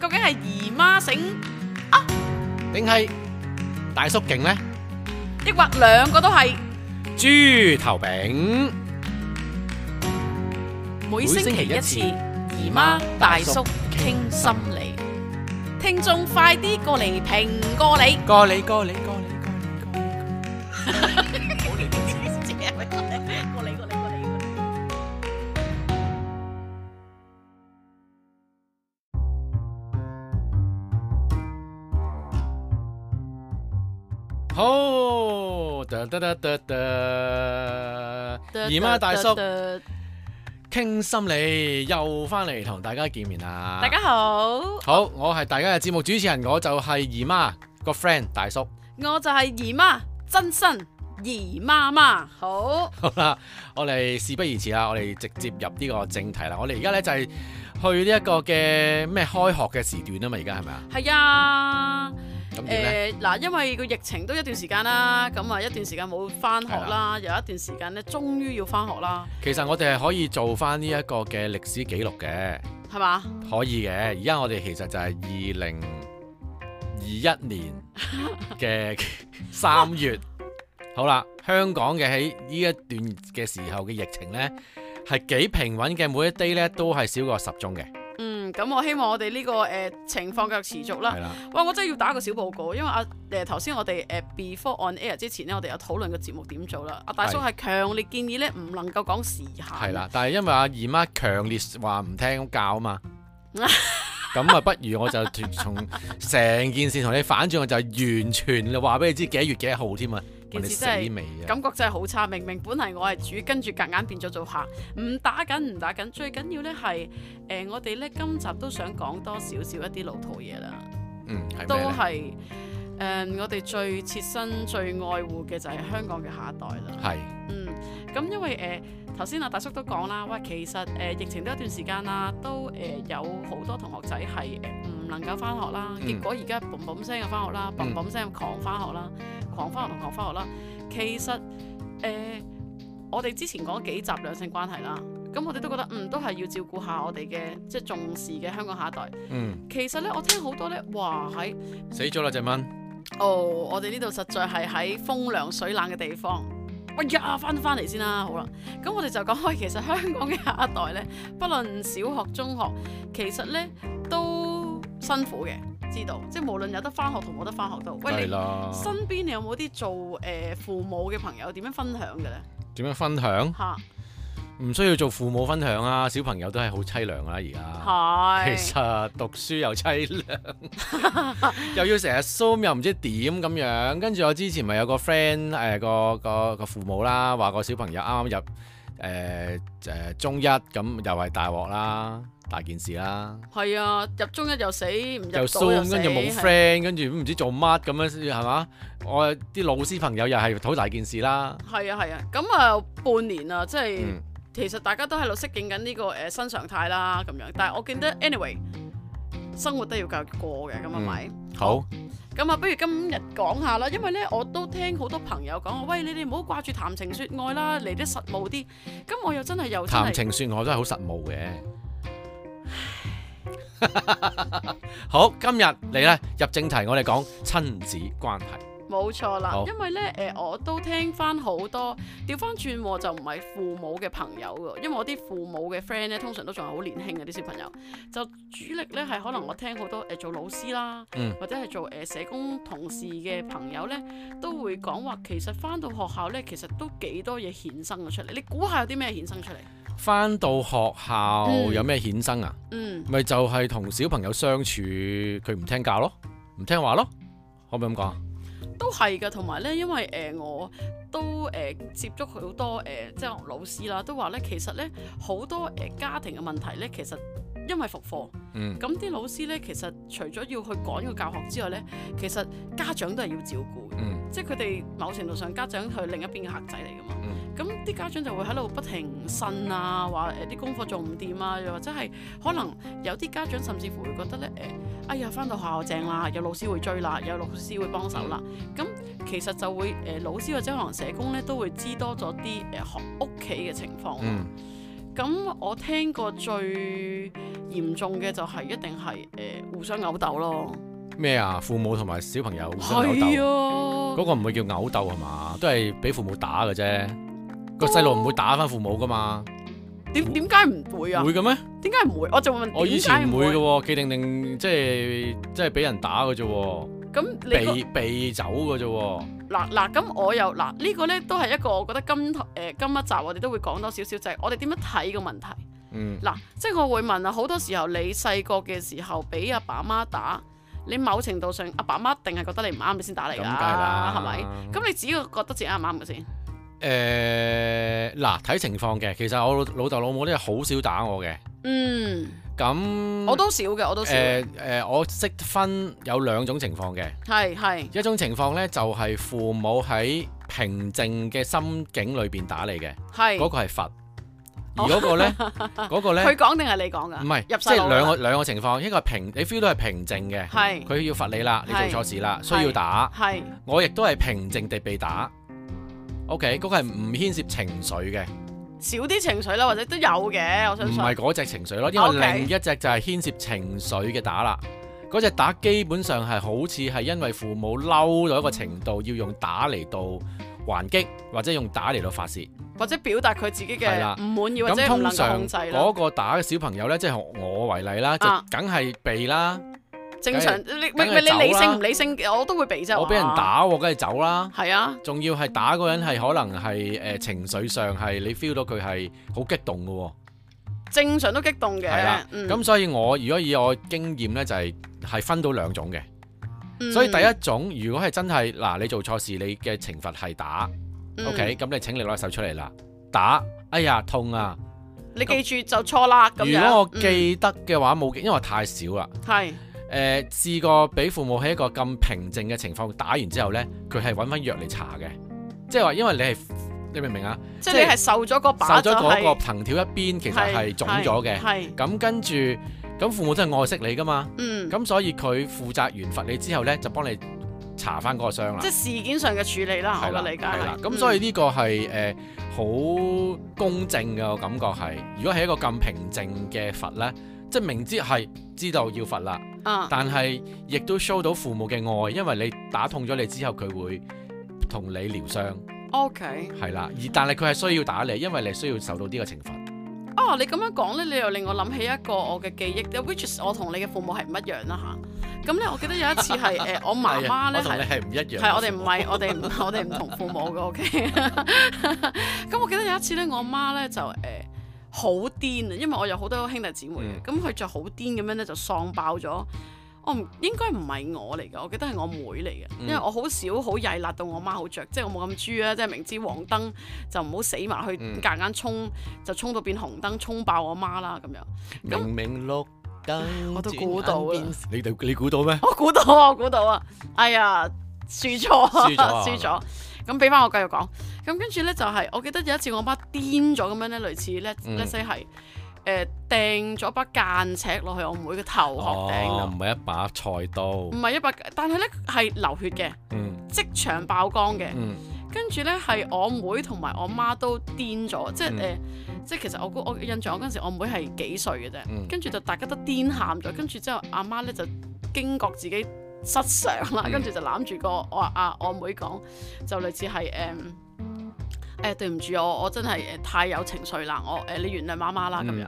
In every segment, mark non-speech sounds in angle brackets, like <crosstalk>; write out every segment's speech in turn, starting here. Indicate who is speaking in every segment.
Speaker 1: 究竟係姨媽繩，
Speaker 2: 定係大叔勁呢？
Speaker 1: 抑或兩個都係？
Speaker 2: 豬頭餅。
Speaker 1: 每星期一次，姨媽大叔傾心理，聽眾快啲過嚟評過你。
Speaker 2: 過你過你過你過你過你過你，好你
Speaker 1: <laughs>
Speaker 2: 好，得得得得得，姨媽大叔傾心理又翻嚟同大家見面啦。
Speaker 1: 大家好，
Speaker 2: 好，我係大家嘅節目主持人，我就係姨媽個 friend 大叔。 <laughs>
Speaker 1: 我就係姨媽真身姨媽媽。好，
Speaker 2: 好啦，我哋事不宜遲啦，我哋直接入呢個正題啦。我哋而家呢，就係、去呢一個嘅咩開學嘅時段啊嘛，而家係咪啊？
Speaker 1: 係啊。
Speaker 2: 咁點呢？
Speaker 1: 誒嗱、因為個疫情都一段時間啦，咁啊一段時間冇翻學
Speaker 2: 係
Speaker 1: 啦，有一段時間咧，終於要翻學啦，
Speaker 2: 其實我哋係可以做翻呢一個嘅歷史記錄嘅，
Speaker 1: 係嘛？
Speaker 2: 可以嘅。而家我哋其實就係二零二一年嘅三月，好啦，香港嘅喺呢一段嘅時候嘅疫情呢，係幾平穩嘅，每一 day 呢都係少過十宗嘅，
Speaker 1: 嗯，咁我希望我哋呢、個誒、情況繼續持續啦
Speaker 2: 係。啦。
Speaker 1: 哇！我真係要打個小報告，因為阿誒頭先我哋誒、before 呃 on air 之前呢，我哋有討論個節目點做啦。阿大叔係強烈建議咧，唔能夠講時限。
Speaker 2: 係啦，但係因為阿姨媽強烈話唔聽教啊嘛，咁啊不如我就脱從成件事同你反轉，我就完全話俾你知幾多月幾多號添啊！問
Speaker 1: 件
Speaker 2: 你
Speaker 1: 事
Speaker 2: 死
Speaker 1: 真係
Speaker 2: 未啊？
Speaker 1: 感覺真係好差，明明本嚟我係主，跟住夾硬變咗做客，唔打緊唔打緊，最緊要呢係誒我哋呢今集都想講多少少一啲老土嘢啦，
Speaker 2: 嗯，係
Speaker 1: 都
Speaker 2: 咩咧？
Speaker 1: 係誒、我哋最切身最愛護嘅就係香港嘅下一代啦。
Speaker 2: 係
Speaker 1: 嗯，咁因為誒頭先阿大叔都講啦，喂，其實誒、呃疫情都一段時間啦，都誒、呃有好多同學仔係誒唔能夠翻學啦，
Speaker 2: 嗯
Speaker 1: 結果而家嘣嘣聲又翻學啦，嘣
Speaker 2: 嗯
Speaker 1: 嘣聲狂翻學啦，狂翻學同狂翻學啦。其實誒、呃我哋之前講幾集兩性關係啦，咁我哋都覺得嗯都係要照顧下我哋嘅即係重視嘅香港下一代。
Speaker 2: 嗯，
Speaker 1: 其實咧，我聽好多咧，哇喺
Speaker 2: 死咗啦只蚊，
Speaker 1: 哦，我哋呢度實在係喺風涼水冷嘅地方。喂呀，翻翻嚟先啦，好啦。咁我哋就講開，其實香港嘅下一代呢，不論小學、中學，其實呢都辛苦嘅，知道。即係無論有得翻學同冇得翻學都。喂，
Speaker 2: 係
Speaker 1: 你
Speaker 2: 啦，
Speaker 1: 身邊你有冇啲做誒、呃父母嘅朋友點樣分享嘅呢？
Speaker 2: 點樣分享？
Speaker 1: 嚇，
Speaker 2: 唔需要做父母分享啊，小朋友都係好凄涼啊啦而家。其
Speaker 1: 係。
Speaker 2: 實讀書又凄涼， <laughs> 又要成日 Zoom 又唔知點咁樣。跟住我之前咪有個 friend 誒、個個個父母啦，話個小朋友啱啱入誒誒、中一，咁又係大鑊啦，大件事啦。
Speaker 1: 係啊，入中一又死，唔入到
Speaker 2: 又
Speaker 1: 又
Speaker 2: Zoom
Speaker 1: 死
Speaker 2: 跟住
Speaker 1: 係
Speaker 2: 冇 friend，跟住唔知做乜咁樣係嘛？我啲老師朋友又係好大件事啦。
Speaker 1: 係啊係啊，咁啊半年啊，即係。
Speaker 2: 嗯，
Speaker 1: 其實大家都喺度適應緊呢個誒新常態啦，咁樣。但係我見得 anyway，生活都要繼續過嘅，咁係咪？
Speaker 2: 好，
Speaker 1: 咁啊，不如今日講下啦，因為咧我都聽好多朋友講，喂，你哋唔好掛住談情説愛啦，嚟啲實務啲。咁我又真係又真係
Speaker 2: 談情説愛都係好實務嘅。 <laughs> 好，今日嚟啦，入正題，我哋講親子關係。
Speaker 1: 冇錯啦
Speaker 2: 好，
Speaker 1: 因為咧誒、我都聽翻好多調翻轉喎，就唔係父母嘅朋友喎，因為我啲父母嘅 friend 咧通常都仲係好年輕嘅啲小朋友，就主力咧係可能我聽好多誒、做老師啦，
Speaker 2: 嗯
Speaker 1: 或者係做誒、社工同事嘅朋友咧，都會講話其實翻到學校咧，其實都幾多嘢衍生咗出嚟。你估下有啲咩衍生出嚟？
Speaker 2: 翻到學校
Speaker 1: 嗯
Speaker 2: 有咩衍生啊？
Speaker 1: 嗯，
Speaker 2: 咪就係同小朋友相處，佢唔聽教咯，唔聽話咯，可唔可以咁講啊？
Speaker 1: 都係㗎，同埋咧，因為誒、呃我都誒、接觸好多誒、即係老師啦，都話咧其實咧好多誒、家庭嘅問題咧，其實因為復課。
Speaker 2: 嗯，
Speaker 1: 咁啲老師咧，其實除咗要去趕個教學之外咧，其實家長都係要照顧嘅，
Speaker 2: 嗯，
Speaker 1: 即係佢哋某程度上家長係另一邊嘅客仔嚟噶嘛
Speaker 2: 嗯。
Speaker 1: 咁啲、家長就會喺度不停呻啊，話誒啲功課做唔掂啊，又或者係可能有啲家長甚至乎會覺得咧誒、哎呀翻到學校正啦，有老師會追啦，有老師會幫手啦。
Speaker 2: 嗯
Speaker 1: 咁其實就會誒、老師或者可能社工咧都會知多咗啲誒學屋企嘅情況。
Speaker 2: 嗯，
Speaker 1: 咁我聽過最嚴重嘅就係一定係誒、呃互相毆鬥咯，
Speaker 2: 咩啊？父母同埋小朋友互相毆
Speaker 1: 係
Speaker 2: 鬥，
Speaker 1: 啊，
Speaker 2: 嗰個唔會叫毆鬥係嘛？都係俾父母打嘅啫。個細路唔會打翻父母噶嘛？
Speaker 1: 點點解唔會啊？
Speaker 2: 會嘅咩？
Speaker 1: 點解唔會？我就問
Speaker 2: 我以
Speaker 1: 點解
Speaker 2: 前唔會嘅
Speaker 1: 會
Speaker 2: 喎，企定定即係即係俾人打嘅啫喎，
Speaker 1: 咁你個
Speaker 2: 避避走嘅啫喎。
Speaker 1: 嗱嗱，咁我又嗱、呢個呢都係一個我覺得今誒、呃今一集我哋都會講多少少，就係、我哋點樣睇個問題。
Speaker 2: 嗯，
Speaker 1: 嗱，即係我會問啊，好多時候你細個嘅時候俾阿爸媽打，你某程度上阿爸媽一定係覺得你唔啱，你先打
Speaker 2: 咁
Speaker 1: 你㗎，
Speaker 2: 梗係啦，
Speaker 1: 係咪？咁你自己覺得自己啱唔啱嘅先？
Speaker 2: 誒嗱，睇情況嘅。其實我老老豆老母咧好少打我嘅。
Speaker 1: 嗯，
Speaker 2: 咁
Speaker 1: 我都少嘅，我都少嘅，
Speaker 2: 誒誒，我識分有兩種情況嘅。
Speaker 1: 係係
Speaker 2: 一種情況呢，就係、父母喺平靜嘅心境裏邊打你嘅，嗰、
Speaker 1: 係。
Speaker 2: 個係罰。而嗰
Speaker 1: <laughs>
Speaker 2: 個呢，嗰個呢，
Speaker 1: 哦佢講定係你講㗎？
Speaker 2: 唔係，
Speaker 1: 入
Speaker 2: 即
Speaker 1: 晒
Speaker 2: 係
Speaker 1: 腦
Speaker 2: 兩
Speaker 1: 㗎
Speaker 2: 個兩個情況，一個係平，你 feel 到係平靜嘅，
Speaker 1: 係
Speaker 2: 佢要罰你啦，你
Speaker 1: 係
Speaker 2: 做錯事啦，需
Speaker 1: 係
Speaker 2: 要打。
Speaker 1: 係
Speaker 2: 我亦都係平靜地被打。OK，嗰個係唔牽涉情緒嘅，
Speaker 1: 少啲情緒啦，或者都有嘅，我相
Speaker 2: 唔
Speaker 1: 信。
Speaker 2: 係嗰只情緒咯，因為
Speaker 1: OK
Speaker 2: 另一隻就係牽涉情緒嘅打啦。嗰隻打基本上係好似係因為父母嬲到一個程度，要用打嚟到還擊，或者用打嚟到發泄。
Speaker 1: 或者表達佢自己
Speaker 2: 係啦
Speaker 1: 嘅唔滿意或者
Speaker 2: 咁
Speaker 1: 唔
Speaker 2: 通
Speaker 1: 能夠控
Speaker 2: 常
Speaker 1: 制啦
Speaker 2: 嗰。個打嘅小朋友呢，即係我為例啦，就
Speaker 1: 啊
Speaker 2: 梗係避啦。
Speaker 1: 正常，你喂
Speaker 2: 梗係
Speaker 1: 喂，你
Speaker 2: 走啦
Speaker 1: 理性唔理性，我啊都會俾啫。
Speaker 2: 我俾人
Speaker 1: 哇，
Speaker 2: 打，我梗係走啦。
Speaker 1: 係啊，
Speaker 2: 仲要係打嗰個人係可能係誒、呃情緒上係你 feel 到佢係好激動嘅喎、
Speaker 1: 正常都激動嘅。
Speaker 2: 係啦。
Speaker 1: 嗯
Speaker 2: 咁、所以我如果以我經驗呢，就係、係分到兩種嘅。
Speaker 1: 嗯
Speaker 2: 所以第一種，如果係真係嗱，你做錯事，你嘅懲罰係打、
Speaker 1: 嗯
Speaker 2: o k 咁你請你攞手出嚟啦，打，哎呀痛啊！
Speaker 1: 你記住就錯啦。咁
Speaker 2: 如
Speaker 1: 樣
Speaker 2: 果我
Speaker 1: 嗯
Speaker 2: 記得嘅話冇記，因為我太少啦。
Speaker 1: 係
Speaker 2: 誒、呃試過俾父母喺一個咁平靜嘅情況打完之後呢，佢係揾翻藥嚟搽嘅，即係話因為你係你明唔明啊？
Speaker 1: 即
Speaker 2: 即
Speaker 1: 係
Speaker 2: 係
Speaker 1: 你係受咗個
Speaker 2: 受
Speaker 1: 把就
Speaker 2: 咗嗰個
Speaker 1: 係
Speaker 2: 藤條一邊，其實係腫咗嘅。
Speaker 1: 係
Speaker 2: 咁跟住，咁父母真係愛惜你噶嘛，
Speaker 1: 嗯，
Speaker 2: 咁所以佢負責完罰你之後呢，就幫你查翻嗰個傷啦
Speaker 1: 即。係事件上嘅處理啦。我
Speaker 2: 係啦，
Speaker 1: 嘅理解
Speaker 2: 係啦
Speaker 1: 係。
Speaker 2: 咁所以
Speaker 1: 嗯
Speaker 2: 呢個係誒好公正嘅，我感覺係。如果係一個咁平靜嘅罰呢，即係明知係知道要罰啦，
Speaker 1: 啊
Speaker 2: 但係亦都 show 到父母嘅愛，因為你打痛咗你之後，佢會同你療傷，
Speaker 1: ，OK。
Speaker 2: 係啦。而但係佢係需要打你，因為你需要受到呢個懲罰。
Speaker 1: 啊，你咁樣講咧，你又令我諗起一個我嘅記憶 which is 我同你嘅父母係唔一樣啦吓。咁咧，我記得有一次
Speaker 2: <laughs>
Speaker 1: 係誒我媽
Speaker 2: 係啊
Speaker 1: 媽咧
Speaker 2: 我同
Speaker 1: 係
Speaker 2: 你。係唔一樣嘅父母。
Speaker 1: 係，我哋唔係，我哋唔， <laughs> 我哋唔同父母嘅，OK。咁我記得有一次咧，我媽咧就誒好癲啊，因為我有好多兄弟姊妹嘅，
Speaker 2: 嗯
Speaker 1: 咁佢着好癲咁樣咧就喪爆咗。我唔應該唔係我嚟嘅，我記得係我妹嚟嘅，因
Speaker 2: 嗯
Speaker 1: 為我好少好曳辣到我媽好着，即係我冇咁豬啊，即係明知黃燈就唔好死埋去，
Speaker 2: 嗯
Speaker 1: 夾硬衝就衝到變紅燈，衝爆我媽啦咁樣。
Speaker 2: 明明綠燈，
Speaker 1: 我都估到啦
Speaker 2: 轉眼變。啊你哋你估到咩？
Speaker 1: <laughs> 我估到啊，我估到啊！哎呀，輸咗啊，
Speaker 2: <laughs> 輸咗
Speaker 1: <laughs>
Speaker 2: 啊
Speaker 1: 輸咗。咁俾翻我繼續講。咁跟住咧就係、我記得有一次我媽癲咗咁樣咧，類似咧
Speaker 2: 嗯
Speaker 1: 咧西係誒掟咗把間尺落去我妹嘅頭殼頂度，
Speaker 2: 哦，唔係一把菜刀
Speaker 1: 唔。係、一把，但係咧係流血嘅，
Speaker 2: 嗯
Speaker 1: 即場爆光嘅。
Speaker 2: 嗯。
Speaker 1: 跟住咧係我妹同埋我媽都癲咗，即係誒、
Speaker 2: 嗯
Speaker 1: 呃即係其實我估我印象我嗰陣時我妹係幾歲嘅啫，
Speaker 2: 嗯
Speaker 1: 跟住就大家都癲喊咗，跟住之後阿媽咧就驚覺自己失常啦，
Speaker 2: 嗯
Speaker 1: 跟住就攬住個我阿、啊我妹講，就類似係誒。嗯誒對唔住我，我真係誒太有情緒啦，我誒、你原諒媽媽啊啦咁樣。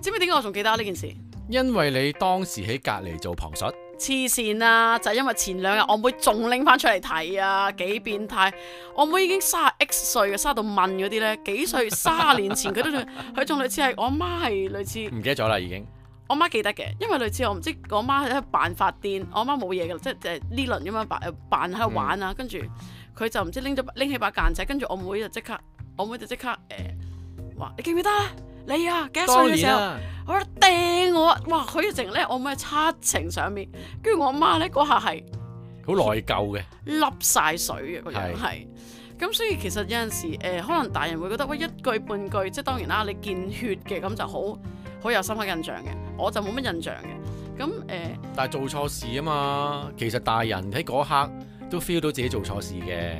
Speaker 1: 知唔知點解我仲記得啊呢件事？
Speaker 2: 嗯因為你當時喺隔離做旁述，
Speaker 1: 黐線啦！就係因為前兩日我妹仲拎翻出嚟睇啊，幾變態！我妹已經卅 X 歲嘅，卅到問嗰啲咧，幾歲？卅年前佢都仲，佢仲類似係我媽係類似，
Speaker 2: 唔記得咗啦已經。
Speaker 1: 我媽記得嘅，因為類似我唔知我媽喺度扮發癲，我媽冇嘢嘅，即係誒呢輪咁樣扮扮喺度玩啊，跟住佢就唔知拎咗拎起把間尺，跟住我妹就即刻，我妹就即刻誒話、你記唔記得啊？你啊幾多
Speaker 2: 當
Speaker 1: 歲嘅時
Speaker 2: 然
Speaker 1: 候？
Speaker 2: 啦，
Speaker 1: 我一掟我，哇！佢直咧，我妹係七情上面，跟住我媽咧嗰下係
Speaker 2: 好內疚嘅。
Speaker 1: 笠晒水嘅個樣
Speaker 2: 係
Speaker 1: 係。咁所以其實有陣時誒、呃可能大人會覺得喂一句半句，即係當然啦，你見血嘅咁就好好有深刻印象嘅，我就冇乜印象嘅。咁誒、呃
Speaker 2: 但係做錯事啊嘛，其實大人喺嗰刻都 feel 到自己做錯事嘅，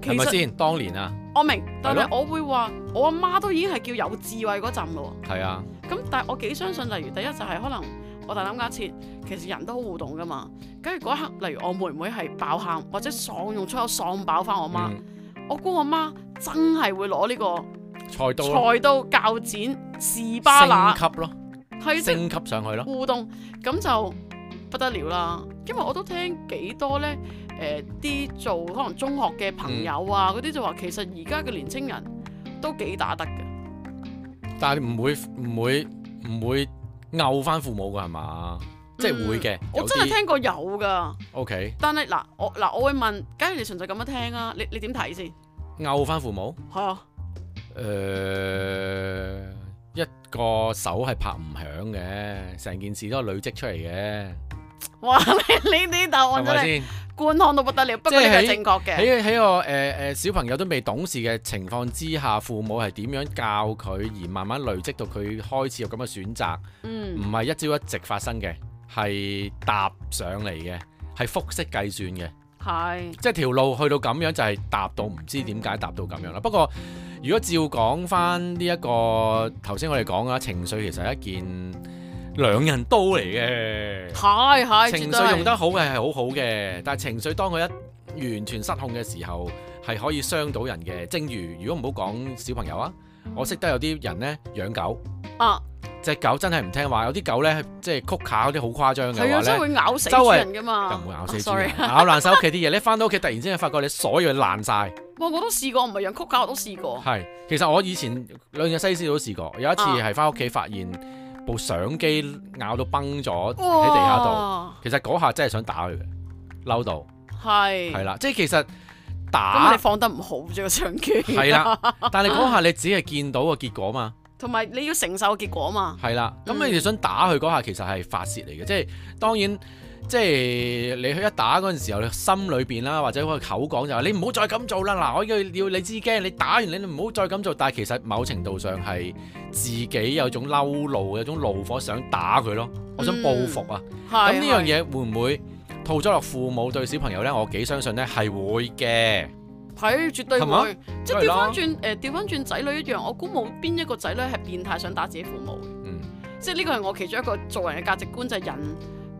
Speaker 1: 其
Speaker 2: 係咪
Speaker 1: 實
Speaker 2: 先？當年啊，
Speaker 1: 我明，但係
Speaker 2: 係
Speaker 1: 我會話我阿媽都已經係叫有智慧嗰陣咯
Speaker 2: 係啊，
Speaker 1: 喎。咁但係我幾相信，例如第一就係可能我大膽假設，其實人都好互動噶嘛。跟住嗰一刻，例如我妹妹係爆喊或者喪用出口喪爆翻我媽，
Speaker 2: 嗯
Speaker 1: 我估我媽真係會攞呢個
Speaker 2: 菜刀咯
Speaker 1: 菜刀、鉸剪、士巴拿，
Speaker 2: 升級咯，
Speaker 1: 係即係
Speaker 2: 升級上去咯，
Speaker 1: 互動，咁就不得了啦。因為我都聽幾多呢，誒、啲做可能中學嘅朋友
Speaker 2: 嗯
Speaker 1: 啊，嗰啲、就話其實而家嘅年青人都幾打得嘅。
Speaker 2: 但係唔會唔會唔會拗翻父母㗎係嘛？即係會嘅，
Speaker 1: 嗯我
Speaker 2: 有
Speaker 1: 真係
Speaker 2: 啲
Speaker 1: 聽過有㗎，
Speaker 2: O K，
Speaker 1: 但係嗱，我嗱我會問，假如你純粹咁樣聽啊，你你點睇先？
Speaker 2: 拗翻父母，
Speaker 1: 係啊，
Speaker 2: 誒一個手係拍唔響嘅，成件事都係累積出嚟嘅，
Speaker 1: 哇！ <laughs> 你你啲答
Speaker 2: 係
Speaker 1: 案真
Speaker 2: 咪
Speaker 1: 係
Speaker 2: 先？
Speaker 1: 觀看到不得了，不過呢個係
Speaker 2: 即係
Speaker 1: 正確嘅。
Speaker 2: 喺喺我誒誒、呃小朋友都未懂事嘅情況之下，父母係點樣教佢，而慢慢累積到佢開始有咁嘅選擇，
Speaker 1: 嗯
Speaker 2: 唔係一朝一夕發生嘅，係搭上嚟嘅，係複式計算嘅，
Speaker 1: 係
Speaker 2: 即係條路去到咁樣就係搭到唔知點解搭到咁樣啦。不過如果照講翻呢一個頭先我哋講啊，情緒其實係一件兩刃刀嚟嘅。
Speaker 1: 係係，啊
Speaker 2: 情
Speaker 1: 絕對係
Speaker 2: 緒用得好嘅係好好嘅，但係情緒當佢一完全失控嘅時候，係可以傷到人嘅。正如如果唔好講小朋友啊，我識得有啲人呢養狗，
Speaker 1: 啊，
Speaker 2: 只狗真係唔聽話，有啲狗呢，即係曲ขา嗰啲好誇張
Speaker 1: 係啊，真係
Speaker 2: 嘅話呢，
Speaker 1: 會咬死
Speaker 2: 周圍
Speaker 1: 人㗎嘛，
Speaker 2: 就唔會咬死
Speaker 1: 啊
Speaker 2: 主
Speaker 1: sorry
Speaker 2: 人，咬爛晒屋企啲嘢。你翻到屋企突然之間發覺你所有嘢
Speaker 1: <laughs>
Speaker 2: 爛晒。
Speaker 1: 哇！我都試過，唔係養曲架我都試過。
Speaker 2: 係其實我以前兩隻西施都試過，有一次
Speaker 1: 啊
Speaker 2: 係翻屋企發現部相機咬到崩咗
Speaker 1: 哇！
Speaker 2: 喺地下度，其實嗰下真係想打佢嘅，嬲到。係
Speaker 1: 係。
Speaker 2: 啦，即係其啊實
Speaker 1: 咁
Speaker 2: 打
Speaker 1: 你放得唔好啫個相機。
Speaker 2: 係啊啦，但係嗰下你只係見到個結果嘛，
Speaker 1: 同埋你要承受結果嘛。
Speaker 2: 係啦，咁
Speaker 1: 嗯
Speaker 2: 你哋想打佢嗰下其實係發泄嚟嘅，即係當然。即係你去一打嗰陣時候，你心裏邊啦，或者個口講就話你唔好再咁做啦。嗱，我要要你知驚，你打完你你唔好再咁做。但係其實某程度上係自己有種嬲怒，有種怒火想打佢咯，我想報復啊。咁
Speaker 1: 係。
Speaker 2: 呢樣嘢會唔會套咗落父母對小朋友呢？我幾相信呢係會嘅。
Speaker 1: 係絕對
Speaker 2: 係嘛
Speaker 1: 會。即係
Speaker 2: 梗係
Speaker 1: 調
Speaker 2: 啦
Speaker 1: 翻轉誒，調翻轉仔女一樣，我估冇邊一個仔女係變態想打自己父母嘅。
Speaker 2: 嗯。
Speaker 1: 即係呢個係我其中一個做人嘅價值觀，就係人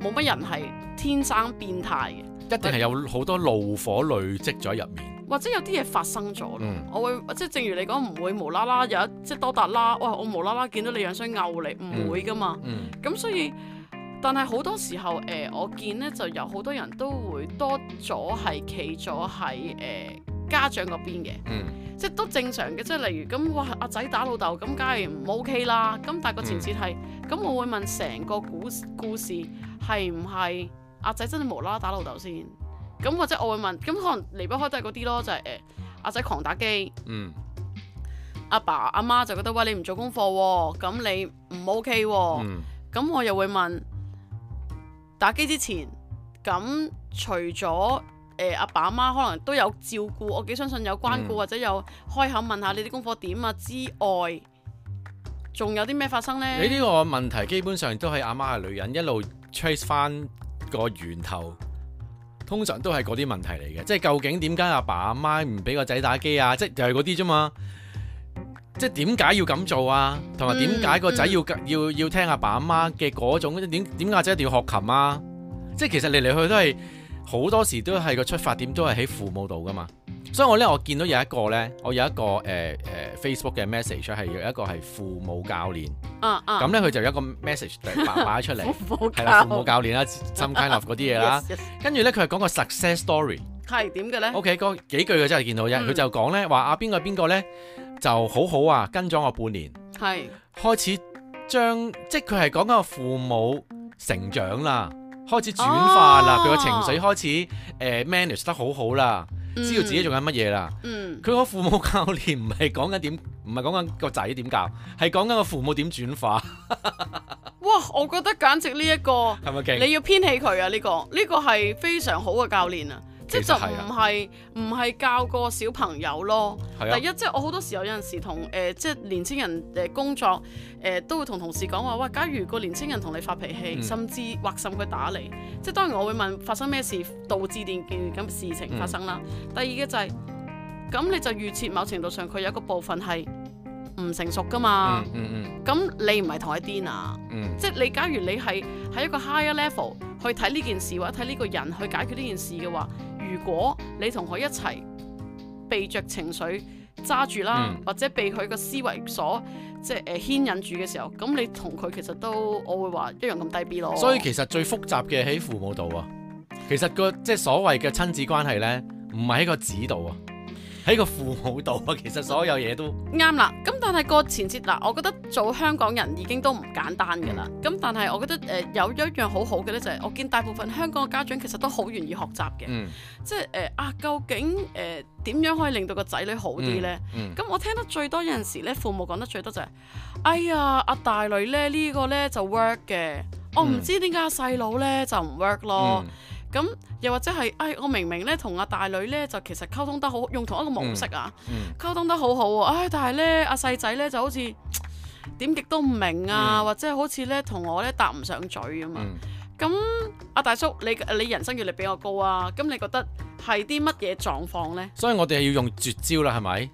Speaker 1: 冇乜人係天生變態嘅，
Speaker 2: 一定係有好多怒火累積咗喺入面。
Speaker 1: 或者有啲嘢發生咗咯。
Speaker 2: 嗯，
Speaker 1: 我會即係正如你講，唔會無啦啦有一即係多達啦，哇！我無啦啦見到你樣衰嘔你，唔會噶嘛。
Speaker 2: 嗯，
Speaker 1: 咁所以，但係好多時候，誒、我見咧就有好多人都會多咗係企咗喺誒家長嗰邊嘅，
Speaker 2: 嗯，
Speaker 1: 即係都正常嘅。即係例如咁，哇，阿仔打老豆，咁梗係唔 OK 啦。咁但係個前設係，咁、我會問成個故事故事係唔係阿仔真係無啦啦打老豆先？咁或者我會問，咁可能離不開都係嗰啲咯，就係、誒、阿仔狂打機。
Speaker 2: 嗯，
Speaker 1: 阿爸阿媽就覺得喂，你唔做功課喎、咁你唔 OK 喎、
Speaker 2: 嗯，
Speaker 1: 咁我又會問打機之前，咁除咗誒阿爸阿媽可能都有照顧，我幾相信有關顧、
Speaker 2: 嗯
Speaker 1: 或者有開口問下你啲功課點啊之外，仲有啲咩發生呢？
Speaker 2: 你呢個問題基本上都係阿媽係女人一路 trace 翻個源頭，通常都係嗰啲問題嚟嘅，即係究竟點解阿爸阿媽唔俾個仔打機啊？即係就係嗰啲啫嘛。即係點解要咁做啊？同埋點解個仔要、要要聽阿爸阿媽嘅嗰種？點點解仔一定要學琴啊？即係其實嚟嚟去去都係好多時都係個出發點都係喺父母度噶嘛。所以我咧，我見到有一個咧，我有一個誒誒、呃 Facebook 嘅 message 係有一個係父母教練，
Speaker 1: 啊啊，
Speaker 2: 咁咧佢就有一個 message
Speaker 1: <laughs>
Speaker 2: 突然擺擺出嚟，
Speaker 1: 父母
Speaker 2: 係啦，
Speaker 1: 教，
Speaker 2: 父母教練啦，some kind of 嗰啲嘢啦
Speaker 1: Yes, yes，
Speaker 2: 跟住咧佢係講個 success story。
Speaker 1: 係點嘅呢？
Speaker 2: OK，嗰幾句嘅真係見到啫，
Speaker 1: 嗯
Speaker 2: 佢就講咧話啊邊個邊個咧就好好啊，跟咗我半年，
Speaker 1: 係
Speaker 2: 開始將即係佢係講緊個父母成長啦，開始轉化啦，
Speaker 1: 哦
Speaker 2: 佢個、情緒開始誒、呃 manage 得好好啦，知道自己做緊乜嘢啦。
Speaker 1: 嗯
Speaker 2: 佢個父母教練唔係講緊點，唔係講緊個仔點教，係講緊個父母點轉化，
Speaker 1: 嗯哇！我覺得簡直呢、一個。
Speaker 2: 係咪勁？
Speaker 1: 你要偏棄佢啊！呢、個呢、個係非常好嘅教練啊，即係
Speaker 2: 其
Speaker 1: 就
Speaker 2: 實係啊
Speaker 1: 唔係唔係教個小朋友咯。
Speaker 2: 係
Speaker 1: 第
Speaker 2: 啊，
Speaker 1: 一，即係我好多時候有陣時同誒、呃即係年青人誒、呃工作誒、呃都會同同事講話，喂，假如個年青人同你發脾氣，
Speaker 2: 嗯
Speaker 1: 甚至或甚佢打你，即
Speaker 2: 嗯
Speaker 1: 係當然我會問發生咩事導致呢件咁嘅事情發生啦。第二嘅就係、咁你就預設某程度上佢有一個部分係唔成熟噶嘛。
Speaker 2: 嗯嗯
Speaker 1: 咁、你唔係同佢癲啊？
Speaker 2: 嗯嗯
Speaker 1: 即係你假如你係喺一個 higher level 去睇呢件事或者睇呢個人去解決呢件事嘅話，如果你同佢一齊被着情緒揸住啦，
Speaker 2: 嗯
Speaker 1: 或者被佢個思維所即係誒呃牽引住嘅時候，咁你同佢其實都我會話一樣咁低 B 咯。
Speaker 2: 所以其實最複雜嘅喺父母度啊，其實個即係所謂嘅親子關係呢，唔係喺個子度啊，喺個父母度啊， <laughs> 其實所有嘢都
Speaker 1: 啱啦，咁但係個前設嗱，我覺得做香港人已經都唔簡單㗎啦。咁但係我覺得誒、呃有一樣好好嘅咧，就係、我見大部分香港嘅家長其實都好願意學習嘅，
Speaker 2: 嗯
Speaker 1: 即係誒、呃啊，究竟誒點、樣可以令到個仔女好啲呢？
Speaker 2: 嗯
Speaker 1: 咁我聽得最多有陣時咧，父母講得最多就係、哎呀，阿大女咧呢、呢個咧就 work 嘅，我唔
Speaker 2: 嗯
Speaker 1: 知點解阿細佬咧就唔 work 咯。
Speaker 2: 嗯
Speaker 1: 咁又或者係，唉、我明明咧同阿大女咧就其實溝通得好，用同一個模式啊，
Speaker 2: 嗯
Speaker 1: 溝通得好好、喎。唉、但係咧阿細仔咧就好似嘖點極都唔明啊，
Speaker 2: 嗯
Speaker 1: 或者好似咧同我咧搭唔上嘴咁啊嘛。
Speaker 2: 嗯
Speaker 1: 咁阿、大叔，你你人生閲歷比我高啊，咁你覺得係啲乜嘢狀況咧？
Speaker 2: 所以我哋係要用絕招啦，係咪？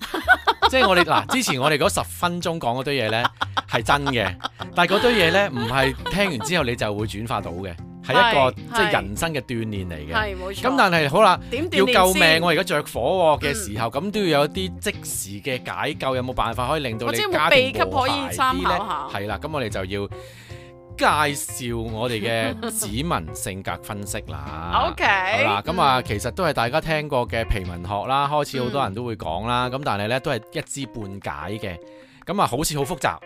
Speaker 2: <laughs> 即係我哋嗱，之前我哋嗰十分鐘講嗰堆嘢呢係真嘅， <laughs> 但係嗰堆嘢呢唔係聽完之後你就會轉化到嘅，係一個
Speaker 1: 係
Speaker 2: 即係人生嘅鍛鍊嚟嘅。
Speaker 1: 係冇錯。
Speaker 2: 咁但係好啦。
Speaker 1: 點
Speaker 2: 要
Speaker 1: 鍛鍊
Speaker 2: 救
Speaker 1: 先嗯
Speaker 2: 命！啊我而家着火喎嘅時候，咁都要有一啲即時嘅解救，有冇辦法可以令到
Speaker 1: 或
Speaker 2: 你
Speaker 1: 者有冇
Speaker 2: 家庭
Speaker 1: 秘笈
Speaker 2: 和
Speaker 1: 可以
Speaker 2: 諧
Speaker 1: 參考
Speaker 2: 啲呢？
Speaker 1: 下
Speaker 2: 係啦，咁我哋就要介紹我哋
Speaker 1: <laughs>
Speaker 2: 嘅子民性格分析啦。
Speaker 1: OK，
Speaker 2: 好啦，咁啊，其實都係大家聽過嘅皮文學啦，開始好多
Speaker 1: 嗯
Speaker 2: 人都會講啦，咁但係呢，都係一知半解嘅，咁啊好似好複雜，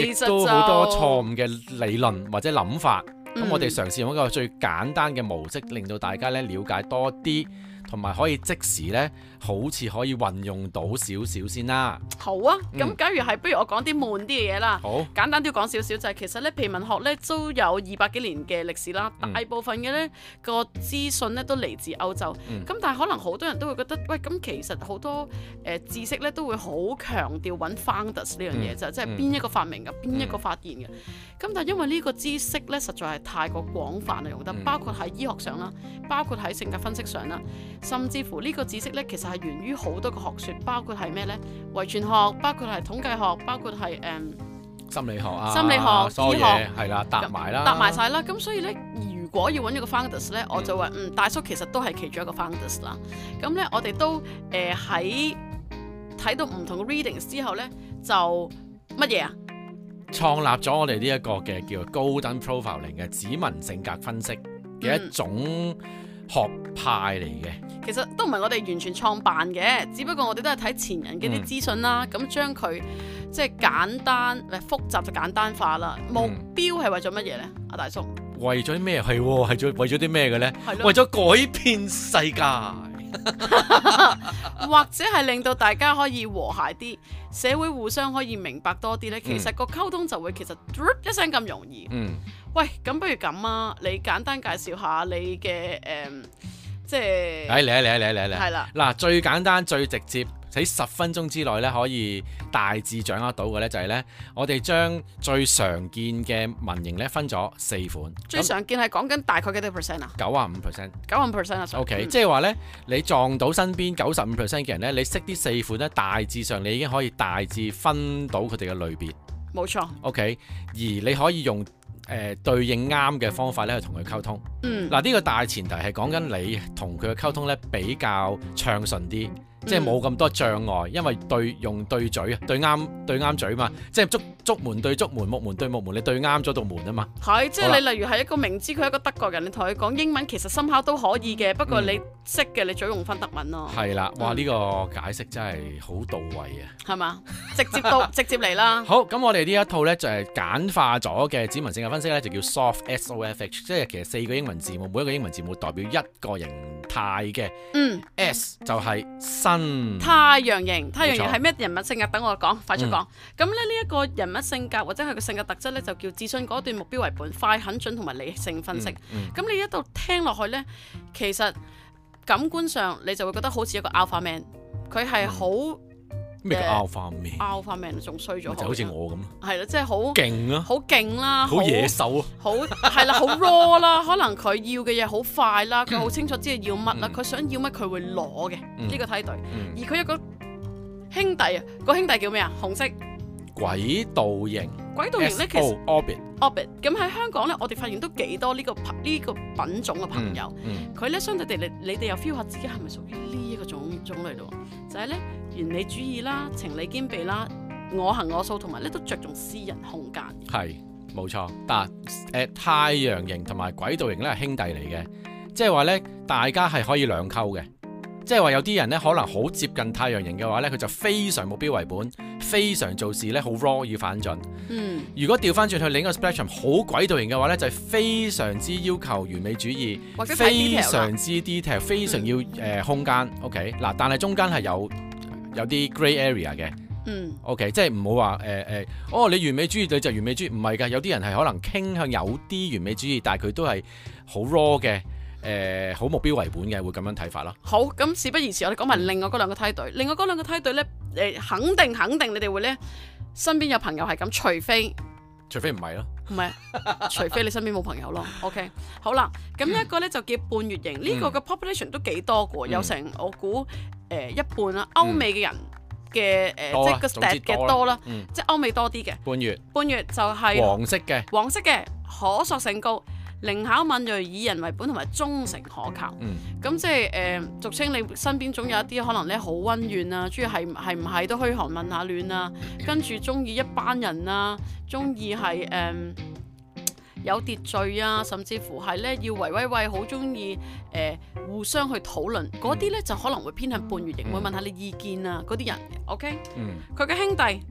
Speaker 2: 亦
Speaker 1: 其實
Speaker 2: 都好多錯
Speaker 1: 誤。
Speaker 2: 誤嘅理論或者諗法。咁、
Speaker 1: 嗯
Speaker 2: 我哋嘗試用一個最簡單嘅模式，令到大家咧了解多啲，同埋可以即時咧，好似可以運用到少少先啦。
Speaker 1: 好啊，咁
Speaker 2: 嗯
Speaker 1: 假如係，不如我講啲悶啲嘅嘢啦。
Speaker 2: 好，
Speaker 1: 簡單啲講少少就係、其實咧，皮文學咧都有二百幾年嘅歷史啦，
Speaker 2: 嗯
Speaker 1: 大部分嘅咧個資訊咧都嚟自歐洲。咁、
Speaker 2: 嗯
Speaker 1: 但係可能好多人都會覺得，喂，咁其實好多誒、呃知識咧都會好強調揾 founders 呢樣嘢，
Speaker 2: 嗯
Speaker 1: 就即係
Speaker 2: 嗯
Speaker 1: 邊一個發明嘅，邊一個發現嘅。咁但係因為呢個知識咧實在係太過廣泛啦，用得
Speaker 2: 嗯
Speaker 1: 包括喺醫學上啦，包括喺性格分析上啦，甚至乎呢個知識咧其實係源於好多個學説，包括係咩咧遺傳學，包括係統計學，包括係誒。嗯
Speaker 2: 心理學啊，
Speaker 1: 心理學
Speaker 2: 所有
Speaker 1: 醫
Speaker 2: 嘢
Speaker 1: 學
Speaker 2: 係啦，搭埋啦，
Speaker 1: 搭埋晒啦。咁所以咧，如果要揾一個 founders 咧，我就話嗯，大叔其實都係其中一個 founders 啦。咁咧，我哋都誒喺睇到唔同嘅 readings 之後咧，就乜嘢啊？
Speaker 2: 創立咗我哋呢一個嘅叫做 Golden Profiling 嘅指紋性格分析嘅一種學派嚟嘅。
Speaker 1: 其實都唔係我哋完全創辦嘅，只不過我哋都係睇前人嘅啲資訊啦，咁將佢即係簡單誒複雜就簡單化啦。目
Speaker 2: 嗯
Speaker 1: 標係為咗乜嘢咧？阿大叔
Speaker 2: 為咗啲咩？係喎，係咗為咗啲咩嘅呢？
Speaker 1: 嗯係咯
Speaker 2: 為，咗改變世界。
Speaker 1: 或者係令到大家可以和諧啲，社會互相可以明白多啲咧。其實個溝通就會其實 drop 一聲咁容易。
Speaker 2: 嗯。
Speaker 1: 喂，咁不如咁啊，你簡單介紹下你嘅誒、嗯即係
Speaker 2: 嚟嚟嚟嚟嚟嚟！
Speaker 1: 係啦，
Speaker 2: 嗱，最簡單最直接喺十分鐘之內咧，可以大致掌握到嘅咧就係咧，我哋將最常見嘅文型咧分咗四款，
Speaker 1: 最常見係講緊大概幾多 percent 啊？
Speaker 2: 九啊五 percent。
Speaker 1: 九十 percent 啊
Speaker 2: O K，
Speaker 1: 嗯
Speaker 2: 即係話咧，你撞到身邊九十五 percent 嘅人咧，你識啲四款咧，大致上你已經可以大致分到佢哋嘅類別。
Speaker 1: 冇錯，
Speaker 2: O、k 而你可以用誒、呃、對應啱嘅方法咧去同佢溝通。
Speaker 1: 嗯，
Speaker 2: 嗱，呢個大前提係講緊你同佢嘅溝通咧比較暢順啲，即係冇咁多障礙，因為對用對嘴啊，對啱對啱嘴嘛，即係捉捉門對捉門，木門對木門，你對啱咗道門啊嘛。
Speaker 1: 係即
Speaker 2: 好
Speaker 1: 係
Speaker 2: 啦
Speaker 1: 你例如係一個明知佢係一個德國人，你同佢講英文其實深刻都可以嘅，不過
Speaker 2: 嗯
Speaker 1: 你識嘅你最用翻德文咯，
Speaker 2: 係啦，哇！
Speaker 1: 嗯
Speaker 2: 呢、個解釋真係好到位啊！
Speaker 1: 係嘛？直接
Speaker 2: <laughs>
Speaker 1: 到直接嚟啦，
Speaker 2: 好，咁我哋呢一套呢，就係、簡化咗嘅指紋性嘅分析呢，就叫 soft S O F H，即係其實四個英文字母，每一個英文字母代表一個形態嘅
Speaker 1: 嗯，
Speaker 2: S 就係新。
Speaker 1: 太陽型，太陽型
Speaker 2: 嗯冇錯嗯
Speaker 1: 係咩人物性格？等我講，快速講。咁咧呢一個人物性格或者佢嘅性格特質咧，就叫自信、果斷、目標為本、快、狠準同埋理性分析。咁、
Speaker 2: 嗯
Speaker 1: 你一度聽落去咧，其
Speaker 2: 嗯
Speaker 1: 實感官上你就會覺得好似一個 alpha man，佢係好
Speaker 2: 咩叫拗化面？
Speaker 1: 拗翻命仲衰咗
Speaker 2: 咪
Speaker 1: 好
Speaker 2: 就
Speaker 1: 多，
Speaker 2: 好似我咁咯，
Speaker 1: 係啦，即係好
Speaker 2: 勁啊，
Speaker 1: 好勁啦，
Speaker 2: 好野獸啊，
Speaker 1: 好係啦，好 raw 啦， <laughs> 可能佢要嘅嘢好快啦，佢好清楚知道要乜啦，
Speaker 2: 嗯
Speaker 1: 佢想要乜佢會攞嘅
Speaker 2: 嗯
Speaker 1: 呢個梯隊，而
Speaker 2: 嗯，
Speaker 1: 佢有個兄弟啊，個兄弟叫咩啊？紅色
Speaker 2: 軌道型
Speaker 1: 軌道型
Speaker 2: S
Speaker 1: 咧，其
Speaker 2: O
Speaker 1: 實
Speaker 2: orbit，
Speaker 1: orbit 咁喺香港咧，我哋發現都幾多呢個朋呢個品種嘅朋友，
Speaker 2: 嗯，
Speaker 1: 佢咧相對地你你哋又 feel 下自己係咪屬於呢一個種種類咯，就係咧原理主義啦、情理兼備啦、我行我素，同埋咧都着重私人空間嘅。
Speaker 2: 係冇錯。但誒、呃太陽型同埋軌道型咧係兄弟嚟嘅，即係話咧大家係可以兩溝嘅。即係話有啲人咧，可能好接近太陽型嘅話咧，佢就非常目標為本，非常做事咧好 raw 要反進。
Speaker 1: 嗯。
Speaker 2: 如果調翻轉去另一個 spectrum 好軌道型嘅話呢就係、非常之要求完美主義
Speaker 1: 或者，太 detail
Speaker 2: 非
Speaker 1: 啦嗯
Speaker 2: 常之 detail，非常要誒、呃空間。OK，嗱，但係中間係有有啲 grey area 嘅。
Speaker 1: 嗯
Speaker 2: OK，即係唔好話誒誒，哦，你完美主義你就完美主義，唔係㗎。有啲人係可能傾向有啲完美主義，但係佢都係好 raw 嘅，誒、呃好目標為本嘅，會咁樣睇法咯。
Speaker 1: 好，咁事不宜遲，我哋講埋另外嗰兩個梯隊。另外嗰兩個梯隊呢，誒肯定肯定你哋會呢，身邊有朋友係咁，除非
Speaker 2: 除非唔係咯，
Speaker 1: 唔係，除非你身邊冇朋友
Speaker 2: <laughs>
Speaker 1: 咯。OK，好啦，咁一個呢就叫半月型，呢、個嘅 population 都幾多嘅喎，
Speaker 2: 嗯
Speaker 1: 有成我估誒、呃一半啦，歐美嘅人嘅誒、
Speaker 2: 嗯
Speaker 1: 呃
Speaker 2: 多
Speaker 1: 即
Speaker 2: 啦
Speaker 1: 係個
Speaker 2: 總之
Speaker 1: stat
Speaker 2: 多
Speaker 1: 嘅
Speaker 2: 啦
Speaker 1: 多啦，
Speaker 2: 嗯
Speaker 1: 即係歐美多啲嘅。
Speaker 2: 半月
Speaker 1: 半月就係
Speaker 2: 黃色嘅，
Speaker 1: 黃色嘅，可塑性高，靈巧敏鋭，以人為本同埋忠誠可靠。
Speaker 2: 嗯
Speaker 1: 咁即係誒、呃俗稱你身邊總有一啲可能咧好温軟啊，中意係係唔係都噓寒問下暖啊，跟住中意一班人啊，中意係誒有秩序啊，甚至乎係咧要維威喂，好中意誒互相去討論，嗰啲咧就可能會偏向半月型，
Speaker 2: 嗯
Speaker 1: 會問下你意見啊嗰啲人嘅，OK？
Speaker 2: 嗯
Speaker 1: 佢嘅兄弟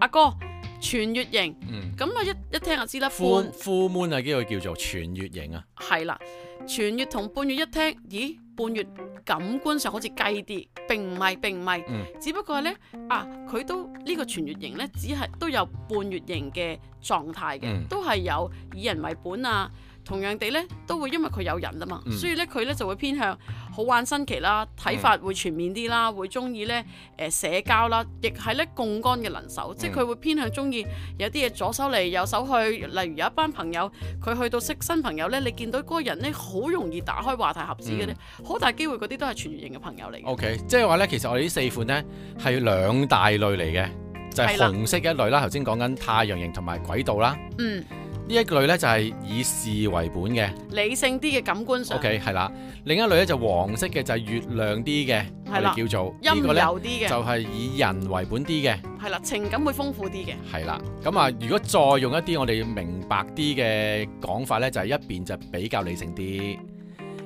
Speaker 1: 阿哥全月型，
Speaker 2: 嗯。
Speaker 1: 咁我一一聽就知啦，
Speaker 2: full
Speaker 1: 半
Speaker 2: full moon 啊，叫做叫做全月型啊。
Speaker 1: 係啦，全月同半月一聽，咦，半月感官上好似雞啲，並唔係，並唔係，
Speaker 2: 嗯
Speaker 1: 只不過係呢，啊，佢都呢、個全月型呢，只係都有半月型嘅狀態嘅，
Speaker 2: 嗯
Speaker 1: 都係有以人為本啊。同樣地呢，都會因為佢有人啊嘛，
Speaker 2: 嗯
Speaker 1: 所以呢，佢呢就會偏向好玩新奇啦，睇法會全面啲啦，會中意呢誒、呃社交啦，亦係呢共幹嘅能
Speaker 2: 嗯
Speaker 1: 手，即係佢會偏向中意有啲嘢左手嚟右手去，例如有一班朋友。佢去到識新朋友咧，你見到嗰個人咧，好容易打開話題盒子嘅咧，
Speaker 2: 嗯
Speaker 1: 好、大機會嗰啲都係全員型嘅朋友嚟嘅。
Speaker 2: OK，即係話咧，其實我哋呢四款咧係兩大類嚟嘅，就係、
Speaker 1: 係啦
Speaker 2: 紅色嘅一類啦。頭先講緊太陽型同埋軌道啦，
Speaker 1: 嗯，
Speaker 2: 呢一類咧就係、以事為本嘅。
Speaker 1: 理性啲嘅感官上
Speaker 2: OK，係啦。另一類咧就黃色嘅，就係、月亮啲嘅，我
Speaker 1: 係啦
Speaker 2: 哋叫做
Speaker 1: 陰
Speaker 2: 呢個咧
Speaker 1: 柔啲
Speaker 2: 就
Speaker 1: 嘅，
Speaker 2: 係、以人為本啲嘅，
Speaker 1: 係啦，情感會豐富啲嘅。
Speaker 2: 係啦。咁啊，如果再用一啲我哋明白啲嘅講法咧，就係、一邊就比較理性啲。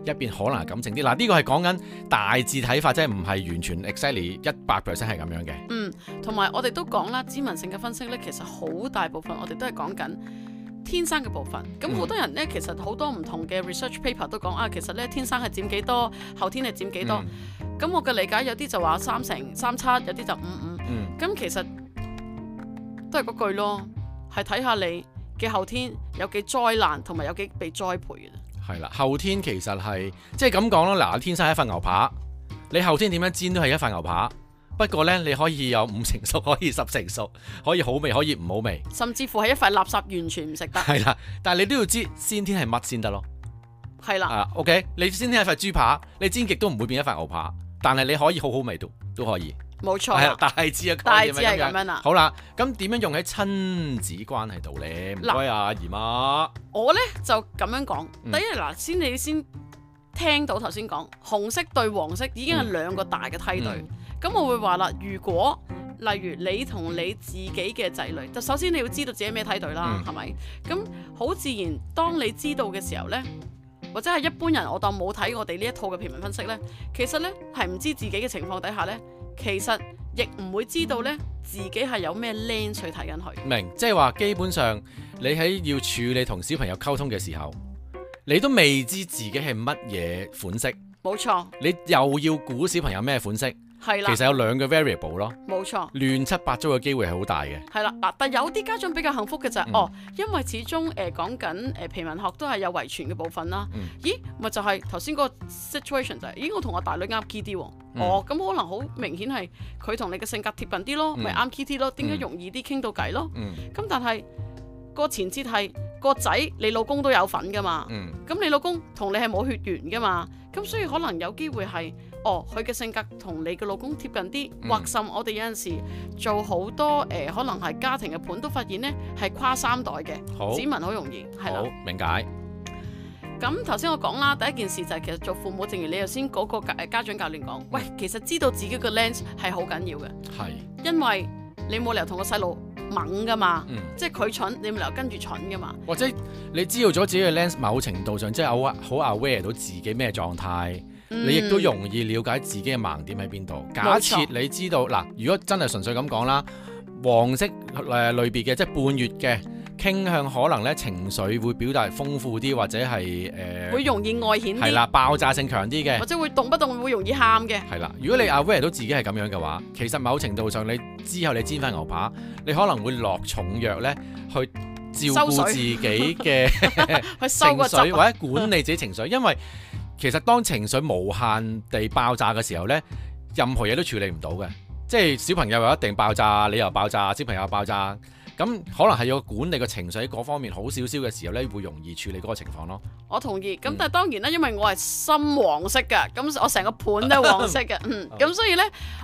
Speaker 2: 一邊可能係感性啲，嗱呢個係講緊大致睇法，即係唔係完全 exactly 一百 percent 係咁樣嘅。
Speaker 1: 嗯，同埋我哋都講啦，指紋性嘅分析咧，其實好大部分我哋都係講緊。天生嘅部分，咁
Speaker 2: 嗯
Speaker 1: 好多人咧，其實好多唔同嘅 research paper 都講啊，其實咧天生係佔幾多，後天係佔幾多。
Speaker 2: 嗯
Speaker 1: 咁、我嘅理解有啲就話三成三七，有啲就五五。
Speaker 2: 嗯
Speaker 1: 咁其實都係嗰句咯，係睇下你嘅後天有幾災難，同埋有幾被栽培嘅啫。
Speaker 2: 係啦，後天其實係即係咁講咯。嗱，天生係一塊牛扒，你後天點樣煎都係一塊牛扒。不過呢，你可以有五成熟，可以十成熟， <laughs> 可以好味，可以唔好味，
Speaker 1: 甚至乎係一塊垃圾，完全唔食得。
Speaker 2: 係啦。但係你都要知先天係乜先得咯。
Speaker 1: 係啦，
Speaker 2: 啊，OK，你先天係塊豬扒，你煎極都唔會變一塊牛扒，但係你可以好好味道都可以。
Speaker 1: 冇錯
Speaker 2: 係啦
Speaker 1: 啦，
Speaker 2: 大致啊，
Speaker 1: 大致係咁樣啦。
Speaker 2: 好啦，咁點樣用喺親子關係度呢？唔該啊，姨媽。
Speaker 1: 我呢就咁樣講，
Speaker 2: 嗯
Speaker 1: 第一嗱，先你先聽到頭先講紅色對黃色已經係兩個大嘅梯隊。
Speaker 2: 嗯
Speaker 1: 咁我會話啦，如果例如你同你自己嘅仔女，就首先你要知道自己咩梯隊啦，
Speaker 2: 嗯
Speaker 1: 係咪、咁好自然，當你知道嘅時候呢，或者係一般人，我當冇睇我哋呢一套嘅評論分析呢，其實呢係唔知自己嘅情況底下呢，其實亦唔會知道呢自己係有咩 lens 去睇緊佢。
Speaker 2: 明，即係話基本上你喺要處理同小朋友溝通嘅時候，你都未知自己係乜嘢款式，
Speaker 1: 冇錯，
Speaker 2: 你又要估小朋友咩款式，
Speaker 1: 係啦
Speaker 2: 其，實有兩個 variable 咯，
Speaker 1: 冇錯。
Speaker 2: 亂七八糟嘅機會係好大嘅。
Speaker 1: 係啦，嗱，但有啲家長比較幸福嘅就係、
Speaker 2: 嗯
Speaker 1: 哦，因為始終誒講緊誒皮紋學都係有遺傳嘅部分啦。
Speaker 2: 嗯
Speaker 1: 咦，咪就係頭先嗰個 situation 就係、咦，我同我大女啱 key 啲喎。
Speaker 2: 嗯
Speaker 1: 哦，咁可能好明顯係佢同你嘅性格貼近啲咯，咪
Speaker 2: 嗯
Speaker 1: 啱 key 啲咯。點解
Speaker 2: 嗯
Speaker 1: 容易啲傾到偈咯？
Speaker 2: 嗯
Speaker 1: 咁但係個前設係個仔你老公都有份噶嘛，
Speaker 2: 嗯
Speaker 1: 咁你老公同你係冇血緣噶嘛，咁所以可能有機會係哦佢嘅性格同你嘅老公貼近啲，
Speaker 2: 嗯
Speaker 1: 或甚我哋有陣時做好多誒、呃可能係家庭嘅盤都發現呢係跨三代嘅
Speaker 2: 好
Speaker 1: 指紋好容易係
Speaker 2: 好
Speaker 1: 啦。
Speaker 2: 明解。
Speaker 1: 咁頭先我講啦，第一件事就係其實做父母，正如你頭先嗰個呃家家長教練講，喂，
Speaker 2: 嗯
Speaker 1: 其實知道自己嘅 lens 係好緊要嘅，
Speaker 2: 係
Speaker 1: 因為你冇理由同個細路猛噶嘛。
Speaker 2: 嗯。
Speaker 1: 即係佢蠢，你咪留跟住蠢噶嘛？
Speaker 2: 或者你知道咗自己嘅 lens，某程度上即係好好 aware 到自己咩狀態，
Speaker 1: 嗯
Speaker 2: 你亦都容易了解自己嘅盲點喺邊度。假
Speaker 1: 冇
Speaker 2: 設
Speaker 1: 錯
Speaker 2: 你知道嗱，如果真係純粹咁講啦，黃色誒呃類別嘅即係半月嘅傾向，可能咧情緒會表達豐富啲，或者係
Speaker 1: 嗯會
Speaker 2: 誒
Speaker 1: 容易外顯
Speaker 2: 係
Speaker 1: 啲，
Speaker 2: 啦爆炸性強啲嘅
Speaker 1: 或。者會動不動會容易喊嘅，
Speaker 2: 係啦，如果你 aware 到自己係咁樣嘅話，其實某程度上你之後你煎翻牛扒，你可能會落重藥呢，去照
Speaker 1: 收
Speaker 2: 顧
Speaker 1: 水
Speaker 2: 自己嘅
Speaker 1: 去
Speaker 2: 情
Speaker 1: 收個
Speaker 2: 緒
Speaker 1: 汁啊。
Speaker 2: 或者管理自己情緒，因為其實當情緒無限地爆炸嘅時候呢，任何嘢都處理唔到嘅，即係小朋友又一定爆炸，你又爆炸，小朋友又爆炸，咁可能係要管理個情緒喺嗰方面好少少嘅時候呢，會容易處理嗰個情況咯。
Speaker 1: 我同意。咁
Speaker 2: 嗯
Speaker 1: 但係當然啦，因為我係深黃色嘅，咁我成個盤都係黃色嘅，嗯，咁所以呢，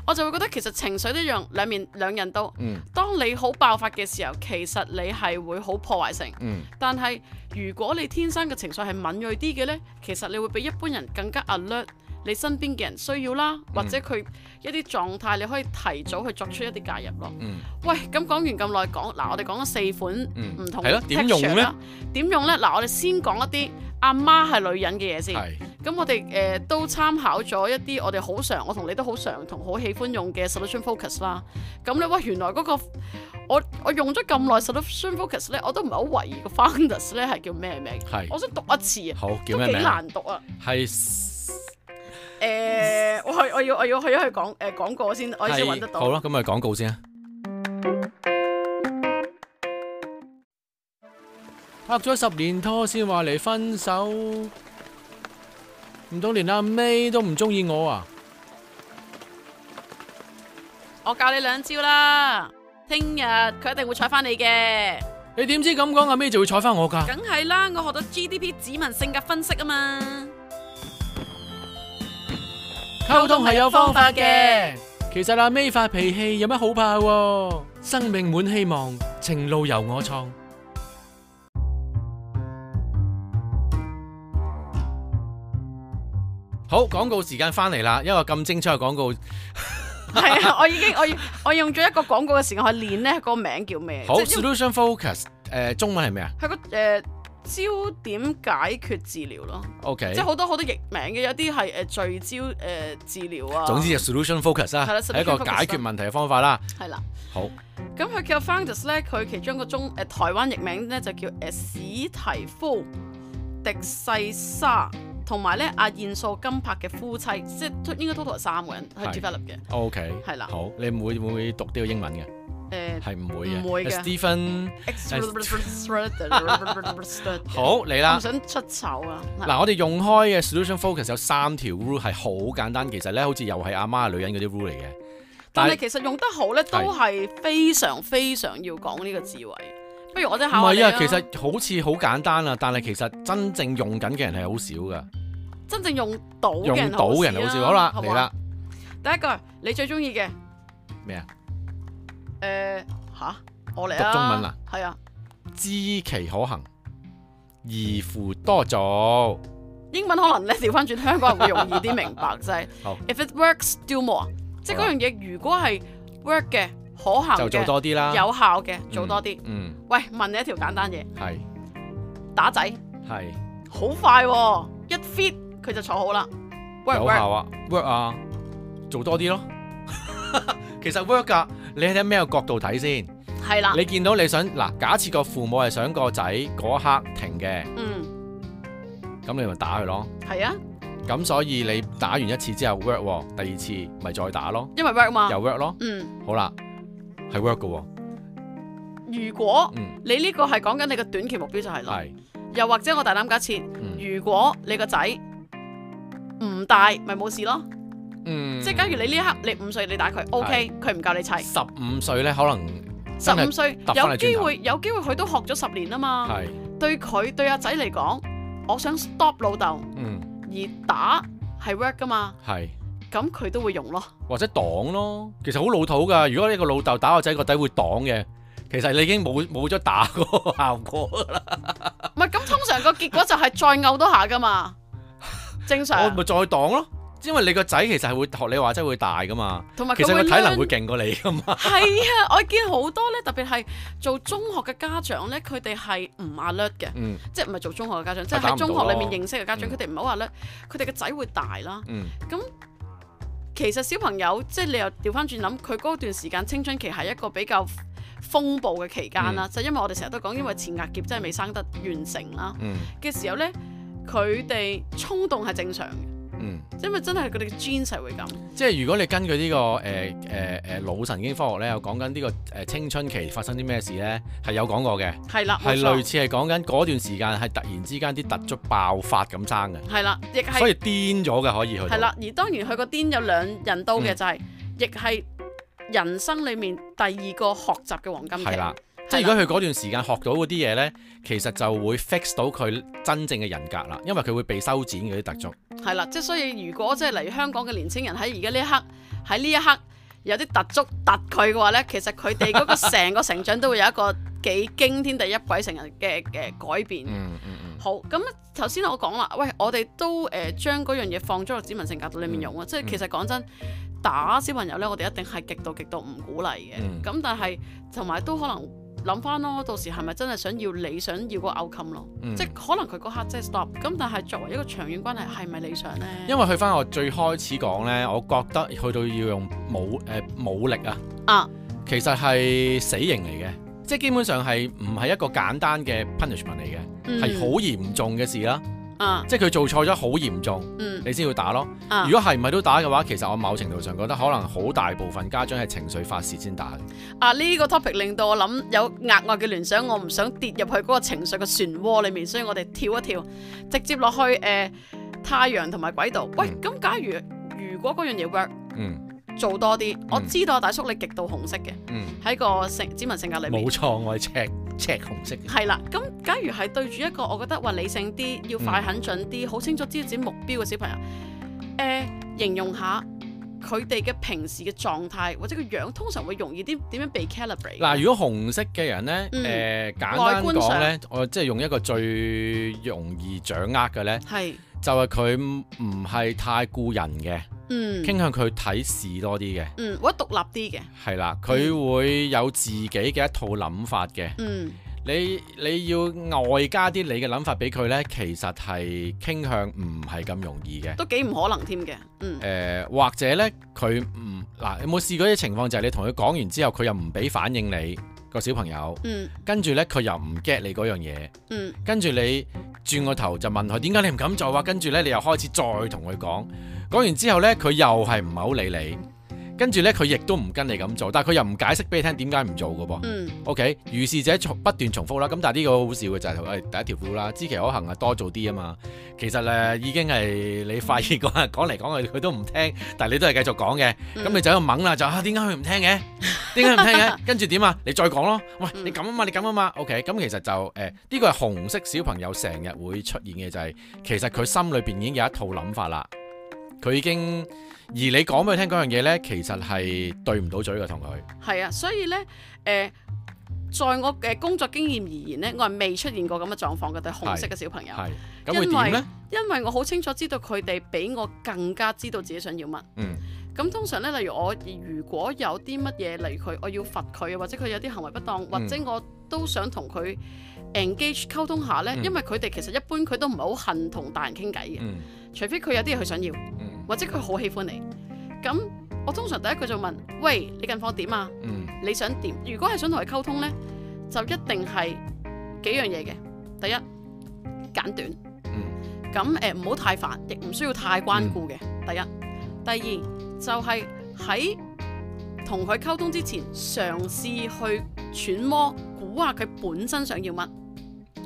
Speaker 1: 我就會覺得其實情緒都一樣，兩面兩刃刀。
Speaker 2: 嗯
Speaker 1: 當你好爆發嘅時候，其實你係會好破壞性。
Speaker 2: 嗯
Speaker 1: 但係如果你天生嘅情緒係敏鋭啲嘅呢，其實你會比一般人更加 alert，你身邊嘅人需要啦，或者佢一啲狀態你可以提早去作出一啲介入咯。
Speaker 2: 嗯
Speaker 1: 喂，咁講完咁耐講，嗱我哋講咗四款
Speaker 2: 嗯
Speaker 1: 唔同
Speaker 2: 係咯點用呢
Speaker 1: texture 啦？點用呢？嗱我哋先講一啲阿媽係女人嘅嘢先。
Speaker 2: 係
Speaker 1: 咁我哋誒、呃都參考咗一啲我哋好常，我同你都好常同好喜歡用嘅 solution focus 啦。咁咧，喂，原來嗰、個我我用咗咁耐 solution focus 咧，我都唔係好懷疑個 founders 咧係叫咩名。
Speaker 2: 係
Speaker 1: 我想讀一次啊，
Speaker 2: 好叫
Speaker 1: 都
Speaker 2: 咩
Speaker 1: 幾
Speaker 2: 名啊？
Speaker 1: 難讀啊。
Speaker 2: 係
Speaker 1: 誒、我去我要我要去一去講誒、呃、廣告先，我先揾得
Speaker 2: 係
Speaker 1: 到。
Speaker 2: 好啦，咁咪廣告先啊。拍咗十年拖先話嚟分手，唔到連阿 May 都唔中意我啊！
Speaker 1: 我教你兩招啦。聽日佢一定會睬翻你嘅，
Speaker 2: 你點知咁講阿 May 就會睬翻我噶？
Speaker 1: 梗係啦！我學到 GDP 指紋性格分析啊嘛。
Speaker 2: 溝通係有方法
Speaker 1: 溝通係
Speaker 2: 嘅。其實阿 May 發脾氣有乜好怕喎？生命滿希望，情路由我創。好，廣告時間翻嚟啦，一個咁精彩嘅廣告。
Speaker 1: 係 <laughs> 啊，我已經我要我用咗一個廣告嘅時間去練咧，個名叫咩？
Speaker 2: 好
Speaker 1: 即係因為
Speaker 2: ，Solution Focus，誒、中文係咩啊
Speaker 1: 佢個誒焦點解決治療咯，
Speaker 2: ？OK，
Speaker 1: 即係好多好多譯名嘅，有啲係誒聚焦誒、呃治療啊。
Speaker 2: 總之就 Solution Focus 啦，
Speaker 1: 係啦
Speaker 2: 係一個
Speaker 1: solution focus 啊
Speaker 2: 解決問題嘅方法啦。
Speaker 1: 係啦，
Speaker 2: 好，
Speaker 1: 咁佢叫 Founders 咧，佢其中一個中誒、呃台灣譯名咧就叫誒、呃史提夫迪世沙。同埋咧，阿燕素金柏嘅夫妻，即係應該 total 係三個人去
Speaker 2: 係
Speaker 1: develop 嘅，
Speaker 2: OK，
Speaker 1: 係啦
Speaker 2: 好，你唔會唔會讀呢個英文嘅？
Speaker 1: 誒、
Speaker 2: 係唔會嘅。
Speaker 1: 唔會嘅
Speaker 2: Stephen，
Speaker 1: <laughs> 好，
Speaker 2: 好，你啦
Speaker 1: 唔。想出醜啊！係
Speaker 2: 嗱，我哋用開嘅 solution focus 有三條 rule 係好簡單，其實咧好似又係阿媽女人嗰啲 rule 嚟嘅。
Speaker 1: 但
Speaker 2: 但
Speaker 1: 係
Speaker 2: 係
Speaker 1: 其實用得好咧，都係非常非常要講呢個智慧。不如我真係
Speaker 2: 唔
Speaker 1: 考下你
Speaker 2: 係啊，其實好似好簡單啊，但係其實真正用緊嘅人係好少噶，
Speaker 1: 真正用到嘅
Speaker 2: 用
Speaker 1: 人
Speaker 2: 到嘅人係好少。好啦，
Speaker 1: 啊
Speaker 2: 嚟啦，
Speaker 1: 嚟啦，第一句你最中意嘅
Speaker 2: 咩啊？
Speaker 1: 誒吓，我嚟
Speaker 2: 讀
Speaker 1: 啊！
Speaker 2: 中文啊，
Speaker 1: 係啊，
Speaker 2: 知其可行，宜乎多做。
Speaker 1: 英文可能咧調翻轉，香港人會容易啲明白，就係
Speaker 2: <laughs> 好
Speaker 1: if it works do more，即係
Speaker 2: 好啦
Speaker 1: 嗰樣嘢如果係 work 嘅、可行
Speaker 2: 就做
Speaker 1: 嘅、
Speaker 2: 多啲啦，
Speaker 1: 有效嘅，做多啲。
Speaker 2: 嗯。
Speaker 1: 喂，問你一條簡單嘢，
Speaker 2: 嗯，係
Speaker 1: 打仔
Speaker 2: 係
Speaker 1: 好快喎，一 fit 佢就坐好啦。work
Speaker 2: 有
Speaker 1: work
Speaker 2: 效啊，work 啊，做多啲咯。 <laughs> 其實 work 噶，你喺咩角度睇先？
Speaker 1: 係啦，
Speaker 2: 你見到你想嗱，假設個父母係想個仔嗰刻停嘅，
Speaker 1: 嗯
Speaker 2: 咁你咪打佢咯。
Speaker 1: 係啊。
Speaker 2: 咁所以你打完一次之後 work，喎第二次咪再打咯，
Speaker 1: 因為 work 嘛
Speaker 2: 又，work 咯，
Speaker 1: 嗯，
Speaker 2: 好啦，係 work 嘅喎，
Speaker 1: 如果
Speaker 2: 嗯，
Speaker 1: 你呢個係講緊你嘅短期目標啊就係啦，
Speaker 2: 係，
Speaker 1: 又或者我大膽假設，
Speaker 2: 嗯
Speaker 1: 如果你個仔唔大，咪冇事咯，
Speaker 2: 嗯，
Speaker 1: 即係假如你呢一刻你五歲你打佢，OK，佢唔夠你砌，
Speaker 2: 十五歲咧，可能
Speaker 1: 十
Speaker 2: 真係
Speaker 1: 五歲
Speaker 2: 揼返
Speaker 1: 有
Speaker 2: 你
Speaker 1: 機
Speaker 2: 轉頭
Speaker 1: 會有機會佢都學咗十年啊嘛，
Speaker 2: 係，
Speaker 1: 對佢對阿仔嚟講，我想 stop 老豆，
Speaker 2: 嗯，
Speaker 1: 而打係 work 噶嘛，
Speaker 2: 係。
Speaker 1: 咁佢都會用咯。
Speaker 2: 或者擋咯，其實好老土噶。如果呢個老豆打個仔個底會擋嘅，其實你已經冇冇咗打嗰個效果㗎啦。
Speaker 1: 唔係咁，通常個結果就係再毆多下噶嘛，正
Speaker 2: 我
Speaker 1: 常。
Speaker 2: 哦咪再擋咯，因為你個仔其實係會學你話齋會大噶嘛，
Speaker 1: 同埋
Speaker 2: 其
Speaker 1: 佢
Speaker 2: 實個
Speaker 1: 會
Speaker 2: 體能
Speaker 1: learn
Speaker 2: 會 <laughs> 勁過你噶嘛。
Speaker 1: 係啊，我見好多咧，特別係做中學嘅家長咧，佢哋係唔 alert 嘅，
Speaker 2: 嗯
Speaker 1: 即係唔係做中學嘅家長，即
Speaker 2: 打
Speaker 1: 係喺
Speaker 2: 唔到
Speaker 1: 中
Speaker 2: 咯
Speaker 1: 學裡面認識嘅家長，
Speaker 2: 嗯
Speaker 1: 佢哋唔好 alert，佢哋嘅仔會大啦。
Speaker 2: 嗯，
Speaker 1: 其實小朋友即係你又調翻轉諗，佢嗰段時間青春期係一個比較風暴嘅期間啦，就因為我哋成日都講，因為前額葉真係未生得完成啦
Speaker 2: 嗯
Speaker 1: 嘅時候咧，佢哋衝動係正常嘅，
Speaker 2: 嗯，
Speaker 1: 因為真係佢哋嘅 genes 係會咁。
Speaker 2: 即係如果你根據呢、個誒誒誒腦神經科學咧，有講緊呢個誒、呃青春期發生啲咩事咧，係有講過嘅，
Speaker 1: 係啦，冇
Speaker 2: 係
Speaker 1: 錯
Speaker 2: 類似係講緊嗰段時間係突然之間啲突觸爆發咁生嘅，
Speaker 1: 係啦，亦係
Speaker 2: 所以癲咗嘅可以去
Speaker 1: 係
Speaker 2: 到。
Speaker 1: 啦。而當然佢個癲有兩刃刀嘅
Speaker 2: 嗯
Speaker 1: 就係，亦係人生裡面第二個學習嘅黃金期。
Speaker 2: 係啦，即係
Speaker 1: 係
Speaker 2: 如果佢嗰段時間學到嗰啲嘢呢，其實就會 fix 到佢真正嘅人格啦，因為佢會被修剪嗰啲特徵。
Speaker 1: 係啦，即係所以如果即係嚟香港嘅年青人喺而家呢一刻，喺呢一刻有啲突觸突佢嘅話呢，其實佢哋
Speaker 2: <laughs>
Speaker 1: 嗰個成個成長都會有一個幾驚天地泣鬼神人嘅嘅改變。
Speaker 2: 嗯嗯嗯，
Speaker 1: 好，咁啊頭先我講啦，喂，我哋都誒、呃、將嗰樣嘢放咗落指紋性格度裡面
Speaker 2: 嗯
Speaker 1: 用啊，即係其實講真，打小朋友咧，我哋一定係極度極度唔鼓勵嘅。
Speaker 2: 嗯
Speaker 1: 咁、但係同埋都可能諗翻咯，到時係咪真係想要你想要個 outcome 咯？
Speaker 2: 嗯
Speaker 1: 即係可能佢嗰刻真係 stop，咁但係作為一個長遠關係係咪理想呢？
Speaker 2: 因為去翻我最開始講呢，我覺得去到要用武誒、呃武力啊，
Speaker 1: 啊，
Speaker 2: 其實係死刑嚟嘅，即係基本上係唔係一個簡單嘅 punishment 嚟嘅，
Speaker 1: 嗯
Speaker 2: 係好、嚴重嘅事啦。
Speaker 1: 啊，
Speaker 2: 即係佢做錯咗好嚴重，
Speaker 1: 嗯
Speaker 2: 你先要打咯。
Speaker 1: 啊
Speaker 2: 如，果係唔係都打嘅話，其實我某程度上覺得可能好大部分家長係情緒發泄先打嘅。
Speaker 1: 啊呢、個 topic 令到我諗有額外嘅聯想，我唔想跌入去嗰個情緒嘅漩渦裡面，所以我哋跳一跳，直接落去誒、呃太陽同埋軌道。喂，
Speaker 2: 嗯
Speaker 1: 咁假如如果嗰樣嘢 work
Speaker 2: 嗯
Speaker 1: 做多啲，我知道大叔你極度紅色嘅
Speaker 2: 嗯。
Speaker 1: 喺個性指紋性格裡面
Speaker 2: 冇。錯，我係赤赤紅色嘅。
Speaker 1: 係啦，咁假如係對住一個我覺得話理性啲、要快狠準啲、好清楚知道自己目標嘅小朋友，誒、形容下佢哋嘅平時嘅狀態或者個樣，通常會容易啲點樣被 calibrate。
Speaker 2: 嗱，如果紅色嘅人呢，誒、
Speaker 1: 嗯
Speaker 2: 簡單
Speaker 1: 外觀
Speaker 2: 講
Speaker 1: 上
Speaker 2: 呢，我即係用一個最容易掌握嘅呢，
Speaker 1: 係，
Speaker 2: 就係佢唔係太顧人嘅，
Speaker 1: 嗯，
Speaker 2: 傾向佢睇事多啲嘅，
Speaker 1: 嗯，或者獨立啲嘅，
Speaker 2: 係啦，佢會有自己嘅一套諗法嘅。
Speaker 1: 嗯，
Speaker 2: 你你要外加啲你嘅諗法俾佢呢，其實係傾向唔係咁容易嘅。
Speaker 1: 都幾唔可能添嘅，嗯
Speaker 2: 誒、，或者呢，佢唔嗱，有冇試過啲情況就係你同佢講完之後，佢又唔俾反應你個小朋友？
Speaker 1: 嗯，
Speaker 2: 跟住呢，佢又唔 get 你嗰樣嘢，
Speaker 1: 嗯，
Speaker 2: 跟住你轉個頭就問佢點解你唔敢做啊？跟住呢，你又開始再同佢講，講完之後呢，佢又係唔係好理你，跟住呢，佢亦都唔跟你咁做，但係佢又唔解釋俾你聽點解唔做嘅噃。
Speaker 1: 嗯，
Speaker 2: OK，如是者重不斷重複啦。咁但係呢個好笑嘅就係、喂第一條褲啦，知其可行啊，多做啲啊嘛。其實誒已經係你發現講 <laughs> 講嚟講去佢都唔聽，但係你都係繼續講嘅。
Speaker 1: 嗯
Speaker 2: 咁你就喺度掹啦，就啊點解佢
Speaker 1: <laughs>
Speaker 2: 唔聽嘅？點解佢唔聽嘅？跟住點啊？你再講咯。喂，
Speaker 1: 嗯
Speaker 2: 你咁啊嘛，你咁啊嘛。OK，咁其實就誒呢個係紅色小朋友成日會出現嘅就係、其實佢心裏邊已經有一套諗法啦。佢已經而你講俾佢聽嗰樣嘢呢，其實係對唔到嘴嘅同佢。
Speaker 1: 係啊，所以呢，誒、在我嘅工作經驗而言呢，我係未出現過咁嘅狀況嘅對紅色嘅小朋友，
Speaker 2: 係咁會點呢？
Speaker 1: 因為我好清楚知道佢哋比我更加知道自己想要乜。
Speaker 2: 嗯
Speaker 1: 咁通常呢，例如我如果有啲乜嘢，例如佢我要罰佢，或者佢有啲行為不當，
Speaker 2: 嗯
Speaker 1: 或者我都想同佢 engage 溝通下呢，
Speaker 2: 嗯
Speaker 1: 因為佢哋其實一般佢都唔係好恨同大人傾偈嘅，
Speaker 2: 嗯
Speaker 1: 除非佢有啲嘢佢想要。
Speaker 2: 嗯
Speaker 1: 或者佢好喜歡你，咁我通常第一句就問：喂，你近況點啊？
Speaker 2: 嗯
Speaker 1: 你想點？如果係想同佢溝通呢，就一定係幾樣嘢嘅。第一，簡短。
Speaker 2: 嗯
Speaker 1: 咁誒唔好太煩，亦唔需要太關顧嘅。第一，第二就係喺同佢溝通之前，嘗試去揣摩估下佢本身想要乜。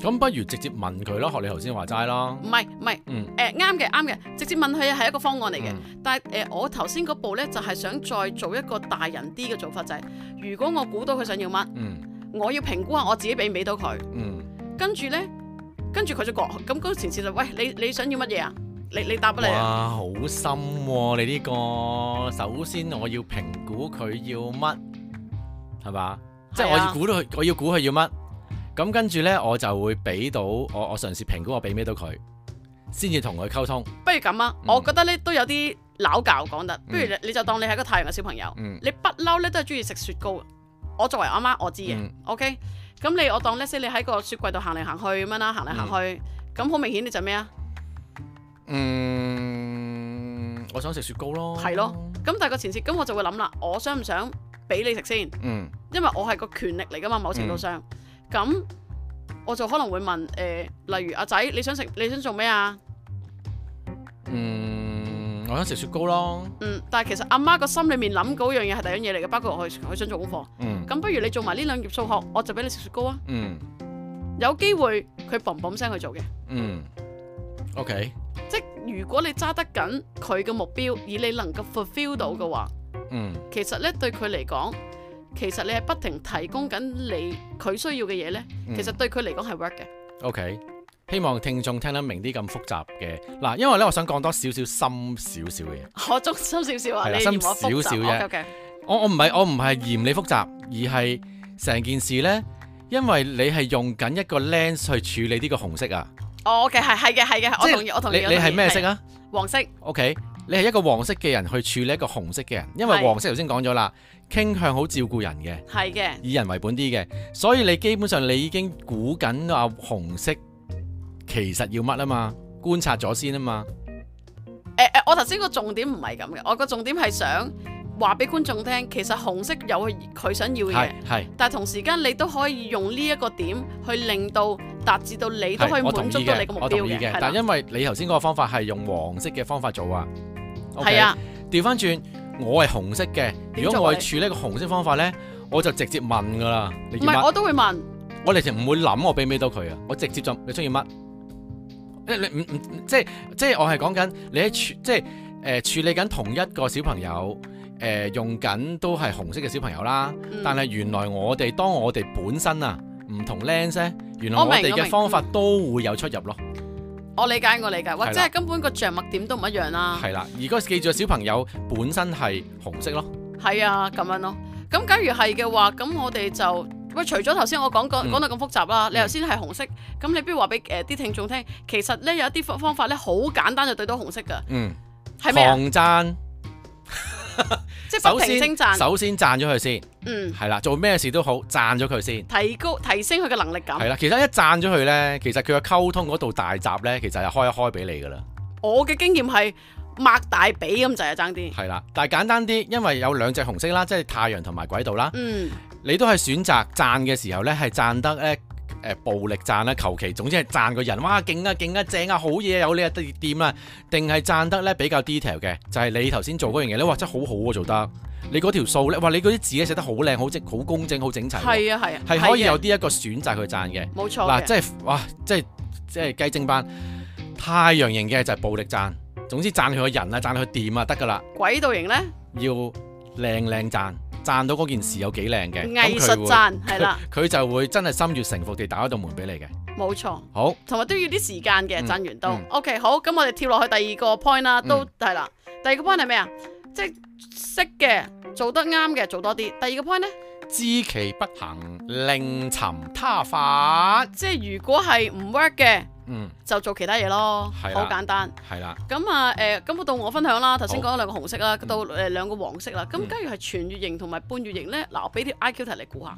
Speaker 2: 咁不如直接問佢咯，學你頭先話齋啦。
Speaker 1: 唔係唔係，
Speaker 2: 嗯
Speaker 1: 誒啱嘅啱嘅，直接問佢係一個方案嚟嘅。
Speaker 2: 嗯
Speaker 1: 但係誒、呃我頭先嗰步呢，就係、想再做一個大人啲嘅做法，就係、如果我估到佢想要乜，
Speaker 2: 嗯
Speaker 1: 我要評估下我自己俾唔俾到佢。
Speaker 2: 嗯，
Speaker 1: 跟住呢，跟住佢就講，咁嗰前次就喂你你想要乜嘢啊？你你答乜你啊？
Speaker 2: 哇，好深喎、你呢、個首先我要評估佢要乜，係嘛？即係我
Speaker 1: 係啊
Speaker 2: 要估到佢，我要估佢要乜。咁跟住呢，我就會俾到我，我嘗試評估我俾咩到佢，先至同佢溝通。
Speaker 1: 不如咁啊，
Speaker 2: 嗯
Speaker 1: 我覺得呢都有啲撈教講得，不如你你就當你係一個太陽嘅小朋友，
Speaker 2: 嗯
Speaker 1: 你不嬲呢都係中意食雪糕嘅。我作為阿媽，我知嘅、
Speaker 2: 嗯
Speaker 1: OK，咁你我當呢先，你喺個雪櫃度行嚟行去咁樣啦，行嚟行去，咁好、明顯你就咩啊？
Speaker 2: 嗯，我想食雪糕咯。
Speaker 1: 係咯。咁但係個前設，咁我就會諗啦，我想唔想俾你食先？
Speaker 2: 嗯
Speaker 1: 因為我係個權力嚟噶嘛，某程度上，咁、我就可能會問誒、例如阿仔，你想食你想做咩啊？
Speaker 2: 嗯，我想食雪糕咯。
Speaker 1: 嗯，但係其實阿媽個心裏面諗嗰樣嘢係第二樣嘢嚟嘅，包括我去佢想做功課。
Speaker 2: 嗯
Speaker 1: 咁不如你做埋呢兩頁數學，我就俾你食雪糕啊！
Speaker 2: 嗯
Speaker 1: 有機會佢嘣嘣聲去做嘅，
Speaker 2: 嗯，OK。
Speaker 1: 即係如果你揸得緊佢嘅目標，而你能夠 fulfill 到嘅話，
Speaker 2: 嗯
Speaker 1: 其實咧對佢嚟講，其實你係不停提供緊你佢需要嘅嘢咧，
Speaker 2: 嗯
Speaker 1: 其實對佢嚟講係 work 嘅。
Speaker 2: OK。希望聽眾聽得明啲咁複雜嘅嗱，因為咧，我想講多少少深少少嘅嘢。
Speaker 1: 我中心少少啊，
Speaker 2: 係啦
Speaker 1: 你嫌我複雜
Speaker 2: 心少少啫
Speaker 1: OK，OK，
Speaker 2: 我我唔係我唔係嫌你複雜，而係成件事呢，因為你係用緊一個 lens 去處理呢個紅色啊。
Speaker 1: 哦，OK，係係嘅係嘅，我同意我同意。
Speaker 2: 你你係咩色
Speaker 1: 啊？
Speaker 2: 啊
Speaker 1: 黃色，
Speaker 2: ？OK，你係一個黃色嘅人去處理一個紅色嘅人，因為
Speaker 1: 係
Speaker 2: 黃色頭先講咗啦，傾向好照顧人嘅。
Speaker 1: 係嘅，
Speaker 2: 以人為本啲嘅，所以你基本上你已經估緊阿紅色其實要乜啊嘛，觀察咗先啊嘛，
Speaker 1: 誒誒，我頭先個重點唔係咁嘅，我個重點係想話俾觀眾聽，其實紅色有佢佢想要嘅嘢
Speaker 2: 係。係
Speaker 1: 但同時間你都可以用呢一個點去令到達至到你都可以
Speaker 2: 係，我
Speaker 1: 滿
Speaker 2: 同意
Speaker 1: 足到你個
Speaker 2: 嘅，
Speaker 1: 目
Speaker 2: 我
Speaker 1: 標
Speaker 2: 同意嘅
Speaker 1: 嘅，係，
Speaker 2: 但
Speaker 1: 啦，
Speaker 2: 因為你頭先嗰個方法係用黃色嘅方法做啊，
Speaker 1: 係，啊，
Speaker 2: 調翻轉我係紅色嘅，
Speaker 1: 點
Speaker 2: 如
Speaker 1: 做
Speaker 2: 果我
Speaker 1: 啊你
Speaker 2: 係處理個紅色方法呢，我就直接問噶啦，你
Speaker 1: 唔
Speaker 2: 要
Speaker 1: 係
Speaker 2: 乜？
Speaker 1: 我都會問，
Speaker 2: 我哋就唔會諗我俾唔俾到佢啊，我直接就你中意乜？你你唔唔即係即係我係講緊你喺處即係誒、呃、處理緊同一個小朋友誒、呃用緊都係紅色嘅小朋友啦，
Speaker 1: 嗯
Speaker 2: 但係原來我哋當我哋本身啊唔同 lens 咧，原來
Speaker 1: 我
Speaker 2: 我
Speaker 1: 明
Speaker 2: 哋
Speaker 1: 我
Speaker 2: 嘅
Speaker 1: 明
Speaker 2: 方法都會有出入咯，
Speaker 1: 我理解我理解，或者
Speaker 2: 係啦
Speaker 1: 係根本個着墨點都唔一樣啦，
Speaker 2: 係啦。而嗰個記住小朋友本身係紅色咯，
Speaker 1: 係啊咁樣咯。咁假如係嘅話，咁我哋就喂，除咗頭先我講過
Speaker 2: 嗯
Speaker 1: 講到咁複雜啦，你
Speaker 2: 嗯
Speaker 1: 頭先係紅色，咁你不如話俾誒啲聽眾聽，其實咧有一啲方方法咧好簡單就對到紅色㗎，
Speaker 2: 嗯，
Speaker 1: 係咩啊？
Speaker 2: 狂讚
Speaker 1: 即係
Speaker 2: 首
Speaker 1: 不停稱
Speaker 2: 先
Speaker 1: 讚，
Speaker 2: 首先讚咗佢先，
Speaker 1: 嗯，
Speaker 2: 係啦，做咩事都好讚咗佢先。
Speaker 1: 提高提升佢嘅能力感
Speaker 2: 係。啦，其實一讚咗佢呢，其實佢嘅溝通嗰度大閘呢，其實係開一開俾你噶啦，
Speaker 1: 我嘅經驗係擘大髀咁滯啊，爭啲。
Speaker 2: 係啦。但係簡單啲，因為有兩隻紅色啦，即係太陽同埋軌道啦，
Speaker 1: 嗯，
Speaker 2: 你都係選擇讚嘅時候呢，係讚得呢，誒、暴力讚啦，求其總之係讚個人，哇勁啊勁啊正啊好嘢有你啊掂掂啊，定係讚得呢比較 detail 嘅，就係、你頭先做嗰樣嘢呢，哇真係好好喎做得，你嗰條數呢，哇你嗰啲字咧寫得好靚好整好工整好整齊喎，
Speaker 1: 係啊，係啊，
Speaker 2: 係可以
Speaker 1: 嘅
Speaker 2: 有啲一個選擇去讚嘅。
Speaker 1: 冇錯
Speaker 2: 嗱，
Speaker 1: 嘅
Speaker 2: 即係哇，即係即係雞精班，太陽型嘅就係暴力讚，總之讚佢個人啊，讚佢掂啊，得噶啦，
Speaker 1: 軌道型咧，
Speaker 2: 要靚靚讚，讚到嗰件事有幾靚嘅，
Speaker 1: 藝
Speaker 2: 咁佢
Speaker 1: 術
Speaker 2: 會，
Speaker 1: 讚係啦，
Speaker 2: <laughs> 佢就會真係心悅誠服地打開道門俾你嘅。
Speaker 1: 冇錯，
Speaker 2: 好，
Speaker 1: 同埋都要啲時間嘅
Speaker 2: 嗯
Speaker 1: 讚完都
Speaker 2: 嗯
Speaker 1: OK 好，咁我哋跳落去第二個 point 啦，
Speaker 2: 嗯
Speaker 1: 都係啦。第二個 point 係咩啊？即係識嘅做得啱嘅做多啲。第二個 point 咧，
Speaker 2: 知其不行，另尋他法。
Speaker 1: 即係如果係唔 work 嘅，
Speaker 2: 嗯，
Speaker 1: 就做其他嘢咯，
Speaker 2: 係
Speaker 1: 好
Speaker 2: 啦
Speaker 1: 簡單。
Speaker 2: 係啦，
Speaker 1: 咁啊誒，咁、到我分享啦。頭先
Speaker 2: 好
Speaker 1: 講咗兩個紅色啦，到誒兩個黃色啦。咁
Speaker 2: 嗯
Speaker 1: 假如係全月型同埋半月型咧，嗱，我俾啲 I Q 題嚟估下。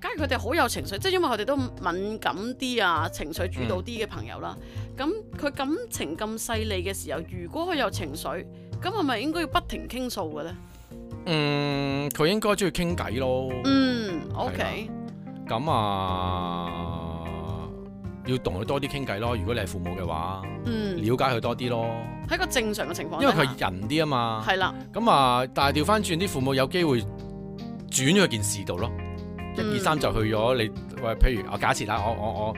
Speaker 1: 假如佢哋好有情
Speaker 2: 嗯
Speaker 1: 緒，即係因為佢哋都敏感啲啊，情緒主導啲嘅朋友啦。
Speaker 2: 嗯
Speaker 1: 咁佢感情咁細膩嘅時候，如果佢有情緒，咁係咪應該要不停傾訴嘅咧？
Speaker 2: 嗯，佢應該中意傾
Speaker 1: 嗯
Speaker 2: 偈咯。
Speaker 1: 嗯，OK，
Speaker 2: 咁啊，要同佢多啲傾偈咯。如果你係父母嘅話，了
Speaker 1: 嗯，
Speaker 2: 解佢多啲咯，
Speaker 1: 喺個正常嘅情況底
Speaker 2: 因
Speaker 1: 下，
Speaker 2: 為佢係人啲啊嘛。
Speaker 1: 係啦，
Speaker 2: 咁啊，但係調翻轉啲父母有機會轉咗去件事度咯。一
Speaker 1: 嗯
Speaker 2: 二三就去咗你喂，譬如我啊假設啦，我我我誒、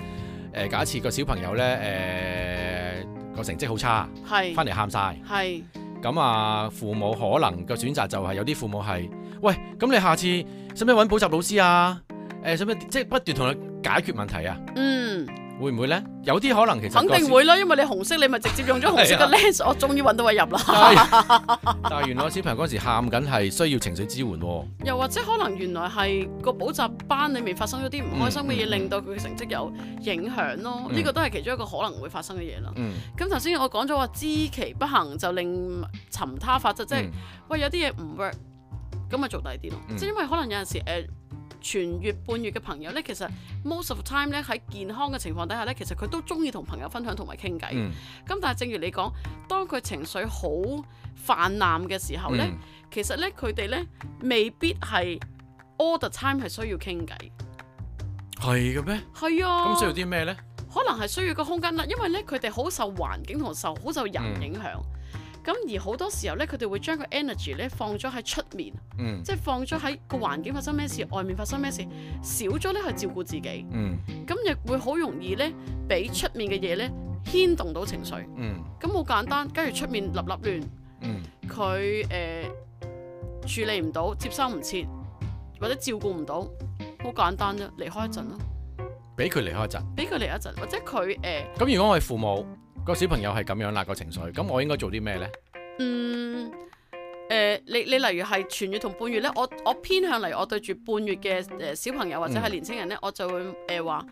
Speaker 2: 呃假設個小朋友咧誒、呃、個成績好差，
Speaker 1: 係
Speaker 2: 翻嚟喊晒。
Speaker 1: 係
Speaker 2: 咁啊，父母可能個選擇就係有啲父母係，喂，咁你下次使唔使揾補習老師啊？誒，使唔使即係不斷同佢解決問題啊？
Speaker 1: 嗯，
Speaker 2: 會唔會呢？有啲可能其實
Speaker 1: 肯
Speaker 2: 個
Speaker 1: 定
Speaker 2: 小
Speaker 1: 會啦，因為你紅色你咪直接用咗紅色
Speaker 2: <laughs> 係啊
Speaker 1: 嘅 lens，我終於揾到位入啦。
Speaker 2: <laughs> 但係但係原來小朋友嗰時喊緊係需要情緒支援喎。
Speaker 1: 又或者可能原來係個補習班裏面發生咗啲唔開心嘅嘢，
Speaker 2: 嗯嗯
Speaker 1: 令到佢嘅成績有影響咯。
Speaker 2: 嗯
Speaker 1: 呢、個都係其中一個可能會發生嘅嘢啦。
Speaker 2: 嗯，
Speaker 1: 咁頭先我講咗話知其不行就令尋他法則，即係、
Speaker 2: 嗯
Speaker 1: 喂有啲嘢唔 work，咁咪做第二啲咯。
Speaker 2: 嗯
Speaker 1: 即係因為可能有陣時誒、呃全月半月嘅朋友咧，其實 most of the time 咧喺健康嘅情況底下咧，其實佢都中意同朋友分享同埋傾偈。咁、
Speaker 2: 嗯
Speaker 1: 但係正如你講，當佢情緒好泛濫嘅時候咧。
Speaker 2: 嗯
Speaker 1: 其實咧，佢哋咧未必係 all the time 係需要傾偈，
Speaker 2: 係嘅咩？
Speaker 1: 係啊，
Speaker 2: 咁需要啲咩呢？
Speaker 1: 可能係需要個空間啦，因為咧佢哋好受環境同受好受人影響。咁而好多時候咧，佢哋會將個 energy 咧放咗喺出面，
Speaker 2: 嗯
Speaker 1: 即係放咗喺個環境發生咩事，外面發生咩事，少咗咧去照顧自己，
Speaker 2: 嗯
Speaker 1: 咁亦會好容易咧俾出面嘅嘢咧牽動到情緒。
Speaker 2: 嗯
Speaker 1: 咁好簡單，跟住出面立立亂，
Speaker 2: 嗯
Speaker 1: 佢誒、呃、處理唔到、接收唔切或者照顧唔到，好簡單啫，離開一陣咯，
Speaker 2: 俾佢離開一陣。
Speaker 1: 俾佢離一陣，或者佢誒、呃
Speaker 2: 咁如果我係父母，個小朋友係咁樣啦個情緒，咁我應該做啲咩呢？
Speaker 1: 嗯誒、呃你你例如係全月同半月咧，我我偏向嚟我對住半月嘅誒、呃小朋友或者係
Speaker 2: 嗯
Speaker 1: 年青人咧，我就會誒話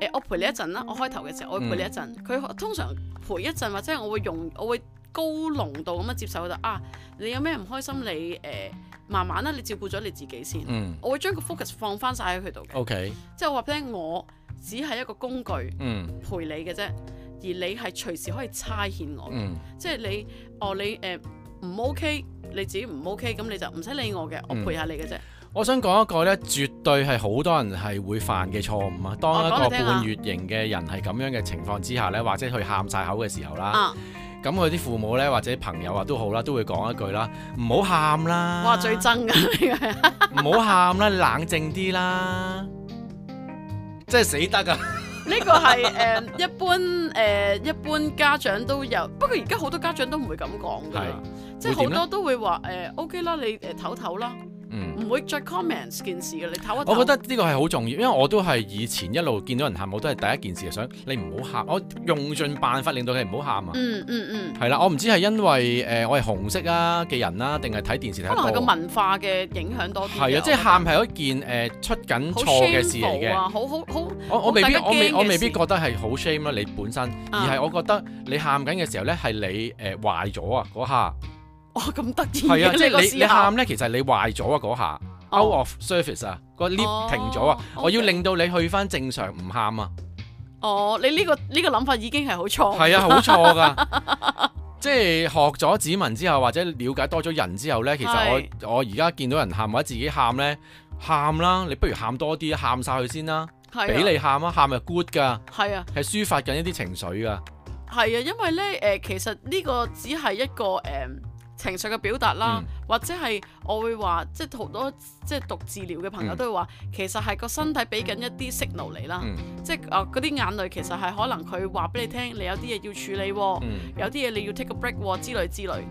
Speaker 1: 誒我陪你一陣啦，我開頭嘅時候我會陪你一陣，佢、通常陪一陣或者我會用我會高濃度咁樣接受就啊，你有咩唔開心你誒、呃慢慢啦，你照顧咗你自己先。
Speaker 2: 嗯
Speaker 1: 我會將個 focus 放翻晒喺佢度嘅，
Speaker 2: ，OK，
Speaker 1: 即係我話俾你聽，我只係一個工具陪
Speaker 2: 嗯
Speaker 1: 你嘅啫，而你係隨時可以差遣我嘅，
Speaker 2: 嗯
Speaker 1: 即係你哦你誒唔、OK，你自己唔 OK，咁你就唔使理我
Speaker 2: 嗯
Speaker 1: 嘅，我陪下你嘅啫。
Speaker 2: 我想講一個咧，絕對係好多人係會犯嘅錯誤啊！當一
Speaker 1: 哦講嚟
Speaker 2: 個
Speaker 1: 聽下
Speaker 2: 半月型嘅人係咁樣嘅情況之下咧，或者佢喊晒口嘅時候啦，
Speaker 1: 啊，
Speaker 2: 咁佢啲父母咧或者朋友啊都好啦，都會講一句啦，唔好喊啦，
Speaker 1: 啊哇最憎㗎呢個係
Speaker 2: 唔好喊啦，冷靜啲啦， <laughs> 即係死得啊噶，
Speaker 1: 呢個
Speaker 2: <laughs>
Speaker 1: 係誒、一般誒、一般家長都有，不過而家好多家長都唔會咁講㗎啦，即係
Speaker 2: 會
Speaker 1: 好
Speaker 2: 點呢
Speaker 1: 多都會話誒、OK 呃啦，你誒唞唞啦，
Speaker 2: 嗯。
Speaker 1: 唔會再 comments 件事嘅，你唞一唞。
Speaker 2: 我覺得呢個係好重要，因為我都係以前一路見到人喊，我都係第一件事想你唔好喊，我用盡辦法令到佢唔好喊啊。
Speaker 1: 嗯嗯嗯，
Speaker 2: 係啦，我唔知係因為誒、呃我係紅色啊嘅人啦，定係睇電視睇
Speaker 1: 可
Speaker 2: 得
Speaker 1: 能係個
Speaker 2: 多啊
Speaker 1: 文化嘅影響多啲嘅。
Speaker 2: 係啊，即係喊係一件誒、呃出緊錯
Speaker 1: 好
Speaker 2: 嘅事嚟
Speaker 1: shameful
Speaker 2: 嘅。
Speaker 1: 啊，好好好，
Speaker 2: 我我未必
Speaker 1: 好大家驚嘅
Speaker 2: 我未
Speaker 1: 事啊
Speaker 2: 我未必覺得係好 shame 啦，你本身，而係我覺得你喊緊嘅時候咧，係你誒、呃、壞咗啊
Speaker 1: <laughs>
Speaker 2: 嗰下。
Speaker 1: 哇咁得意
Speaker 2: 係啊，
Speaker 1: 嘅
Speaker 2: 即
Speaker 1: 呢個
Speaker 2: 係你你
Speaker 1: 思
Speaker 2: 喊
Speaker 1: 考
Speaker 2: 咧，其實你壞咗啊嗰下。
Speaker 1: 哦
Speaker 2: out of surface 啊，個 lift
Speaker 1: 哦
Speaker 2: 停咗啊，我要
Speaker 1: OK
Speaker 2: 令到你去翻正常唔喊啊。
Speaker 1: 哦，你呢個呢個諗法已經係好錯，
Speaker 2: 係啊，好錯噶。
Speaker 1: <laughs>
Speaker 2: 即係學咗指紋之後，或者了解多咗人之後呢，其實我我而家見到人喊或者自己喊呢，喊啦，你不如喊多啲，喊晒佢先啦，
Speaker 1: 係
Speaker 2: 俾
Speaker 1: 啊，
Speaker 2: 你喊啊，喊係 good 噶，
Speaker 1: 係啊，
Speaker 2: 係抒發緊一啲情緒噶。
Speaker 1: 係啊，因為咧誒，其實呢個只係一個誒情緒嘅表達啦，
Speaker 2: 嗯
Speaker 1: 或者係我會話，即係好多即係讀治療嘅朋友
Speaker 2: 嗯
Speaker 1: 都會話，其實係個身體俾緊一啲 signal 你啦，
Speaker 2: 嗯
Speaker 1: 即係啊嗰啲眼淚其實係可能佢話俾你聽，你有啲嘢要處理喎。
Speaker 2: 嗯
Speaker 1: 有啲嘢你要 take a break 喎之類之類。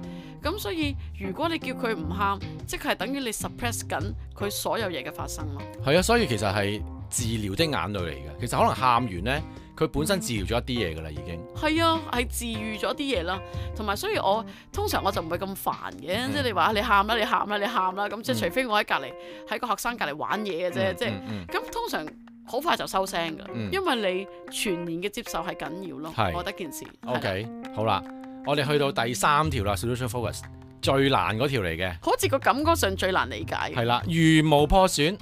Speaker 1: 咁所以如果你叫佢唔喊，即係等於你 suppress 緊佢所有嘢嘅發生咯。
Speaker 2: 係啊，所以其實係治療的眼淚嚟嘅。其實可能喊完呢，佢本身治療咗一啲嘢噶啦，已經。
Speaker 1: 係啊，係治愈咗啲嘢啦。同埋所以我通常我就唔會咁煩嘅，
Speaker 2: 嗯
Speaker 1: 即係你話啊你喊啦，你喊啦，你喊啦。咁即係除非我喺隔離喺個學生隔離玩嘢嘅啫，
Speaker 2: 嗯
Speaker 1: 即係
Speaker 2: 嗯嗯
Speaker 1: 咁通常好快就收聲㗎啦，
Speaker 2: 嗯
Speaker 1: 因為你全然嘅接受係緊要咯。
Speaker 2: 係
Speaker 1: 我覺得件事。係啦
Speaker 2: OK，好啦，我哋去到第三條啦，solution focus 最難嗰條嚟嘅。
Speaker 1: 好似個感覺上最難理解嘅
Speaker 2: 系啦，如無破損，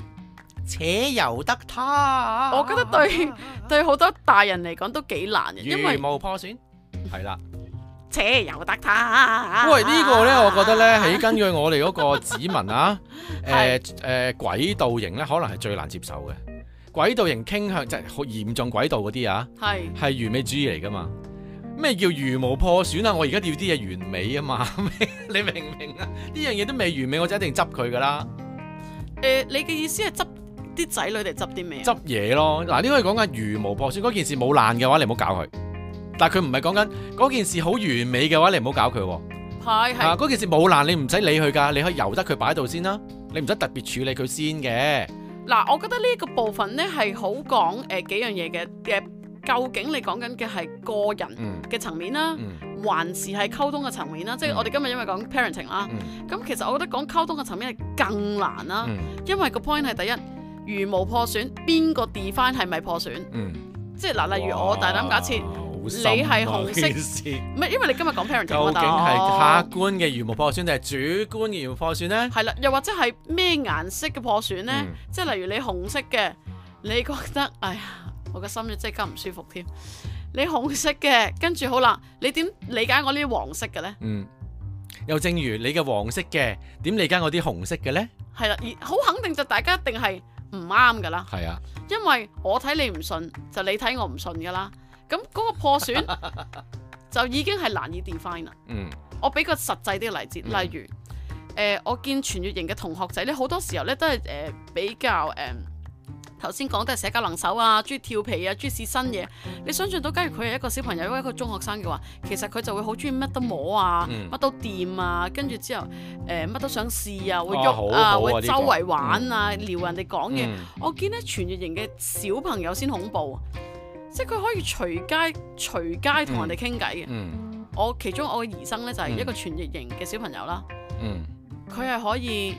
Speaker 2: 且由得他
Speaker 1: 我覺得
Speaker 2: <laughs>
Speaker 1: 對對好多大人嚟講都幾難嘅，因為
Speaker 2: 如無破損，係啦。
Speaker 1: 且由得他。
Speaker 2: 喂，呢個呢，我覺得呢，喺根據 <laughs> 我哋嗰個指紋啊，誒誒軌道型呢，可能係最難接受嘅。軌道型傾向，即係好嚴重軌道嗰啲啊，
Speaker 1: 係
Speaker 2: 係完美主義嚟噶嘛？咩叫如無破損啊？我而家要啲嘢完美啊嘛， <laughs> 你明唔明啊？呢樣嘢都未完美，我就一定執佢噶啦，
Speaker 1: 誒、你嘅意思係執啲仔女嚟執啲咩啊？
Speaker 2: 執嘢咯。嗱，呢個係講緊如無破損，嗰件事冇爛嘅話，你唔好搞佢。但係佢唔係講緊嗰件事好完美嘅話，你唔好搞佢喎。
Speaker 1: 係係
Speaker 2: 啊！嗰件事冇爛，你唔使理佢㗎，你可以由得佢擺喺度先啦，你唔使特別處理佢先嘅。
Speaker 1: 嗱，我覺得呢一個部分咧係好講誒、幾樣嘢嘅誒，究竟你講緊嘅係個人
Speaker 2: 嗯
Speaker 1: 嘅層面啦。
Speaker 2: 嗯
Speaker 1: 還是係溝通嘅層面啦，即係
Speaker 2: 嗯
Speaker 1: 我哋今日因為講 parenting 啦，
Speaker 2: 嗯
Speaker 1: 咁其實我覺得講溝通嘅層面係更難啦，
Speaker 2: 嗯
Speaker 1: 因為個 point 係第一，如無破損，邊個 define 係咪破損？
Speaker 2: 嗯。
Speaker 1: 即係嗱，例如
Speaker 2: 哇
Speaker 1: 我大膽假設，
Speaker 2: 好
Speaker 1: 你
Speaker 2: 深啊
Speaker 1: 係紅色
Speaker 2: 呢件事
Speaker 1: 唔係因為你今日講 parenting
Speaker 2: 究
Speaker 1: 啊
Speaker 2: 竟
Speaker 1: 嘛
Speaker 2: 係客觀嘅如無破損定係主觀嘅如無破損呢？
Speaker 1: 係啦，又或者係咩顏色嘅破損呢？
Speaker 2: 嗯
Speaker 1: 即係例如你紅色嘅，你覺得哎呀，我個心即係咁唔舒服添。你紅色嘅，跟住好啦，你點理解我呢啲黃色嘅呢？
Speaker 2: 嗯。又正如你嘅黃色嘅，點理解我啲紅色嘅呢？
Speaker 1: 係啦，而好肯定就大家一定係唔啱㗎啦。
Speaker 2: 係啊，
Speaker 1: 因為我睇你唔順，就你睇我唔順噶啦。咁嗰個破損就已經係難以 define 啦。
Speaker 2: 嗯
Speaker 1: 我俾個實際啲嘅例子，
Speaker 2: 嗯
Speaker 1: 例如誒、呃我見全月型嘅同學仔咧，好多時候咧都係誒、呃比較誒頭先講都係社交能手啊，中意跳皮啊，中意試新嘢。
Speaker 2: 嗯
Speaker 1: 你想象到，假如佢係一個小朋友，一個中學生嘅話，其實佢就會好中意乜都摸啊，
Speaker 2: 嗯
Speaker 1: 乜都掂啊，跟住之後誒呃乜、都想試啊，會
Speaker 2: 哦好
Speaker 1: 喐啊，
Speaker 2: 好啊
Speaker 1: 會
Speaker 2: 呢個
Speaker 1: 周圍玩啊，撩人哋講嘢。
Speaker 2: 嗯
Speaker 1: 我見咧全月型嘅小朋友先恐怖，啊即係佢可以隨街隨街同人哋傾偈嘅。
Speaker 2: 嗯
Speaker 1: 我其中我嘅兒生咧就係、
Speaker 2: 嗯
Speaker 1: 一個全月型嘅小朋友啦，
Speaker 2: 嗯。
Speaker 1: 佢係可以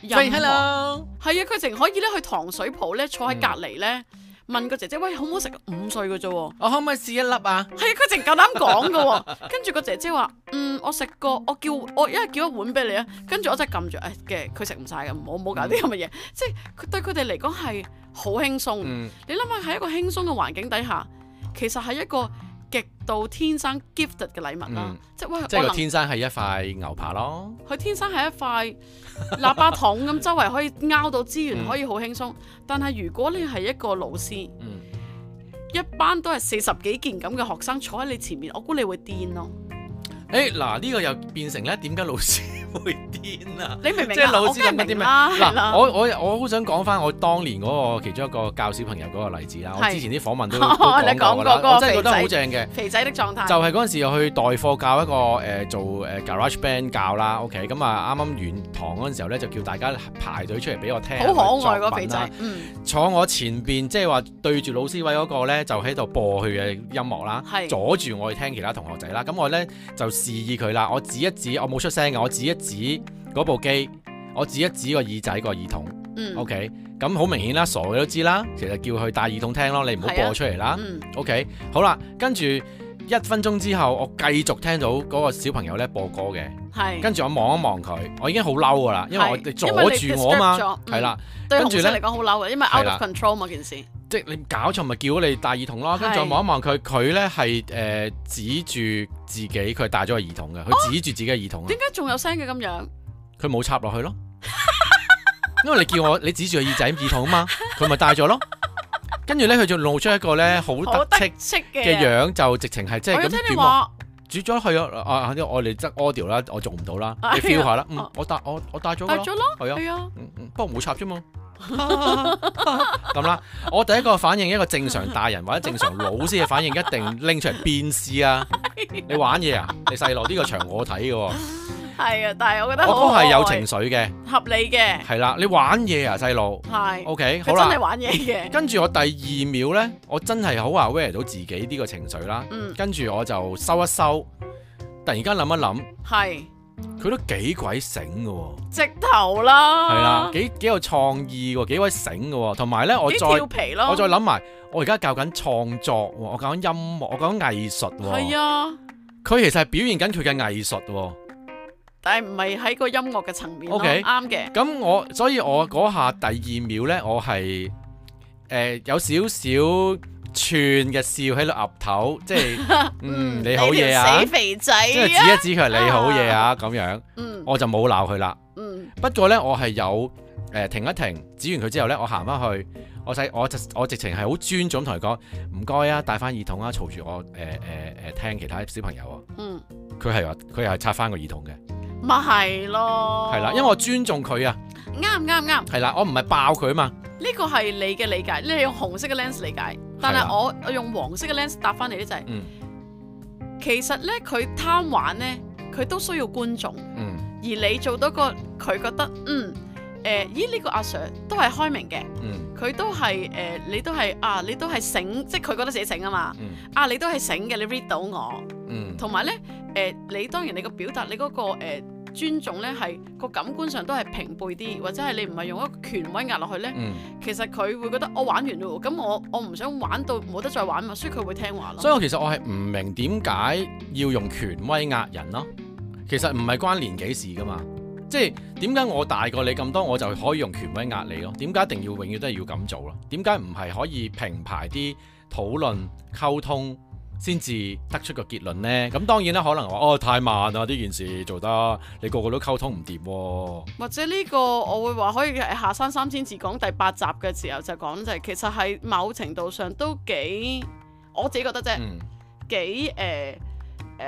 Speaker 1: 任何
Speaker 2: Say hello。嗯
Speaker 1: 係啊，佢淨可以咧去糖水鋪咧坐喺隔離咧問個姐姐喂好唔好食？五歲嘅啫喎。
Speaker 2: 我可唔可以試一粒啊？
Speaker 1: 係啊，佢淨夠膽講嘅喎，跟住個姐姐話：嗯，我食過，我叫我一係叫一碗俾你啊，跟住我真係撳住，誒嘅，佢食唔晒嘅，唔好唔好
Speaker 2: 嗯
Speaker 1: 搞啲咁嘅嘢，即係佢對佢哋嚟講係好輕鬆。
Speaker 2: 嗯
Speaker 1: 你諗下喺一個輕鬆嘅環境底下，其實係一個極度天生 gifted 嘅禮物啦。
Speaker 2: 嗯
Speaker 1: 即係喂，
Speaker 2: 即係
Speaker 1: 我
Speaker 2: 個
Speaker 1: 能
Speaker 2: 天生係一塊牛扒咯。
Speaker 1: 佢天生係一塊 <laughs> 喇叭筒咁，周圍可以拗到資源，
Speaker 2: 嗯
Speaker 1: 可以好輕鬆。但係如果你係一個老師，
Speaker 2: 嗯。
Speaker 1: 一班都係四十幾件咁嘅學生坐喺你前面，我估你會癲咯。
Speaker 2: 誒嗱，呢個又變成咧，點解老師會癲啊？
Speaker 1: 你明唔明啊？
Speaker 2: 即係老師
Speaker 1: 我梗
Speaker 2: 諗緊
Speaker 1: 係
Speaker 2: 啲咩
Speaker 1: 明啦，係啦
Speaker 2: 嗱，我我我好想講翻我當年嗰個其中一個教小朋友嗰個例子啦。我
Speaker 1: 係
Speaker 2: 之前啲
Speaker 1: <laughs>
Speaker 2: 訪問都都
Speaker 1: 哦
Speaker 2: 講
Speaker 1: 你講
Speaker 2: 過㗎啦
Speaker 1: 過嗰個
Speaker 2: 我真係覺得好
Speaker 1: 肥
Speaker 2: 正嘅。
Speaker 1: 肥仔的狀態
Speaker 2: 就係嗰陣時我去代課教一個誒、呃做誒 garage band 教啦，OK，咁啊啱啱完堂嗰陣時候咧，就叫大家排隊出嚟俾我聽
Speaker 1: 好可愛
Speaker 2: 作
Speaker 1: 個
Speaker 2: 品啊
Speaker 1: 肥
Speaker 2: 啦
Speaker 1: 仔，嗯，
Speaker 2: 坐我前邊，即係話對住老師位嗰個咧，就喺度播佢嘅音樂啦，
Speaker 1: 係
Speaker 2: 阻住我去聽其他同學仔啦。咁我咧就示意佢啦，我指一指，我冇出聲嘅，我指一指嗰部機，我指一指個耳仔個耳筒。
Speaker 1: 嗯
Speaker 2: OK，咁好明顯啦，傻嘅都知啦。其實叫佢戴耳筒聽咯，你唔好
Speaker 1: 係啊
Speaker 2: 播出嚟啦。
Speaker 1: 嗯
Speaker 2: OK，好啦，跟住一分鐘之後，我繼續聽到嗰個小朋友咧播歌嘅，
Speaker 1: 係
Speaker 2: 跟住我望一望佢，我已經好嬲噶啦，因為我
Speaker 1: 係
Speaker 2: 哋
Speaker 1: 因為
Speaker 2: 阻
Speaker 1: 你
Speaker 2: 住我啊嘛
Speaker 1: disturb 咗，嗯
Speaker 2: 係啦。
Speaker 1: 對
Speaker 2: 跟
Speaker 1: 紅
Speaker 2: 住
Speaker 1: 色嚟
Speaker 2: 呢
Speaker 1: 講好嬲嘅，啊因為 out
Speaker 2: 係啦
Speaker 1: of control 嘛件事，
Speaker 2: 即係你搞錯咪叫咗你戴耳筒咯，跟住
Speaker 1: 係
Speaker 2: 我望一望佢，佢咧係誒指住自己，佢戴咗個耳筒嘅，
Speaker 1: 哦
Speaker 2: 佢指住自己嘅耳筒啊
Speaker 1: 點，解仲有聲嘅咁樣？
Speaker 2: 佢冇插落去咯， <laughs> 因為你叫我你指住個耳仔耳筒啊嘛，佢咪戴咗咯，跟住咧佢就露出一個咧好
Speaker 1: 好
Speaker 2: 得
Speaker 1: 得
Speaker 2: 戚
Speaker 1: 戚
Speaker 2: 嘅
Speaker 1: 嘅，
Speaker 2: 樣，就直情係即
Speaker 1: 我
Speaker 2: 係
Speaker 1: 要聽
Speaker 2: 咁啊
Speaker 1: 你
Speaker 2: 轉望
Speaker 1: 話，
Speaker 2: 轉咗去啊啊啊！我哋執 audio 啦，我做唔到啦，你
Speaker 1: 哎呀
Speaker 2: feel 下啦，嗯
Speaker 1: 哦，
Speaker 2: 我戴我我戴咗
Speaker 1: 大
Speaker 2: 㗎啦
Speaker 1: 咗，咯，
Speaker 2: 係啊。
Speaker 1: 係啊，
Speaker 2: 嗯嗯，不過冇插啫嘛。 <laughs> 咁啦，我第一個反應一個正常大人或者正常老師嘅反應，一定拎出嚟鞭屍啊！
Speaker 1: 哎
Speaker 2: 你玩嘢啊？你細路呢個場我睇嘅喎，我
Speaker 1: 係啊，但係我覺得好
Speaker 2: 都
Speaker 1: 可愛
Speaker 2: 係有情緒嘅，
Speaker 1: 合理嘅，
Speaker 2: 係啦。你玩嘢啊，細路
Speaker 1: 係
Speaker 2: ，OK，
Speaker 1: 佢
Speaker 2: 好
Speaker 1: 真係
Speaker 2: 啦。
Speaker 1: 玩嘢
Speaker 2: <laughs>
Speaker 1: 嘅，
Speaker 2: 跟住我第二秒呢，我真係好 aware 到自己呢個情緒啦。
Speaker 1: 嗯，
Speaker 2: 跟住我就收一收，突然間諗一諗，
Speaker 1: 係
Speaker 2: 佢都幾鬼醒嘅喎，
Speaker 1: 直頭啦，
Speaker 2: 係啦，幾幾有創意喎，幾鬼醒嘅喎。同埋呢，我
Speaker 1: 幾
Speaker 2: 再
Speaker 1: 調皮咯，
Speaker 2: 我再諗埋，我而家教緊創作喎，我教緊音樂，我教緊藝術
Speaker 1: 係
Speaker 2: 喎。
Speaker 1: 啊，
Speaker 2: 佢其實係表現緊佢嘅藝術喎。
Speaker 1: 但係唔係喺個音樂嘅層面咯，
Speaker 2: OK
Speaker 1: 啱嘅，
Speaker 2: 咁我所以我嗰下第二秒呢，我係誒、呃有少少串嘅笑喺度岌頭，即
Speaker 1: <laughs>
Speaker 2: 係嗯你好嘢啊
Speaker 1: 死，肥仔
Speaker 2: 即係
Speaker 1: 啊，
Speaker 2: 指一指佢係你好嘢啊咁樣，
Speaker 1: 嗯
Speaker 2: 我就冇鬧佢啦。
Speaker 1: 嗯
Speaker 2: 不過呢，我係有誒、呃停一停，指完佢之後呢，我行翻去，我細我直我直情係好尊重咁同佢講，唔該啊，戴翻耳筒啊，嘈住我誒誒誒聽其他小朋友啊。
Speaker 1: 嗯，
Speaker 2: 佢係話佢又係插翻個耳筒嘅，
Speaker 1: 咪係咯，
Speaker 2: 係啦、因為我尊重佢啊，
Speaker 1: 啱啱啱，
Speaker 2: 係啦，我唔係爆佢啊嘛，
Speaker 1: 呢個係你嘅理解，你用紅色嘅 lens 理解，但
Speaker 2: 係
Speaker 1: 係
Speaker 2: 啦
Speaker 1: 我我用黃色嘅 lens 答翻你呢就係，
Speaker 2: 嗯
Speaker 1: 其實咧佢貪玩咧，佢都需要觀眾，
Speaker 2: 嗯
Speaker 1: 而你做到個佢覺得嗯誒、咦呢、個阿 Sir 都係開明嘅，
Speaker 2: 嗯
Speaker 1: 佢都係誒、你都係啊你都係醒，即係佢覺得自己醒啊嘛，
Speaker 2: 嗯
Speaker 1: 啊你都係醒嘅，你 read 到我，
Speaker 2: 嗯，
Speaker 1: 同埋咧誒你當然你個表達你嗰、個、呃尊重咧係個感官上都係平輩啲，或者係你唔係用一個權威壓落去咧。
Speaker 2: 嗯
Speaker 1: 其實佢會覺得我玩完咯喎，咁我我唔想玩到冇得再玩嘛，所以佢會聽話咯。
Speaker 2: 所以我其實我係唔明點解要用權威壓人咯。其實唔係關年紀事噶嘛，即係點解我大過你咁多，我就可以用權威壓你咯？點解一定要永遠都係要咁做咯？點解唔係可以平排啲討論溝通？先至得出個結論呢？咁當然啦，可能話哦太慢啦，呢件事做得你個個都溝通唔掂喎。
Speaker 1: 或者呢個我會話可以係下山三千字講第八集嘅時候就講就係其實係某程度上都幾我自己覺得啫，
Speaker 2: 嗯
Speaker 1: 幾誒誒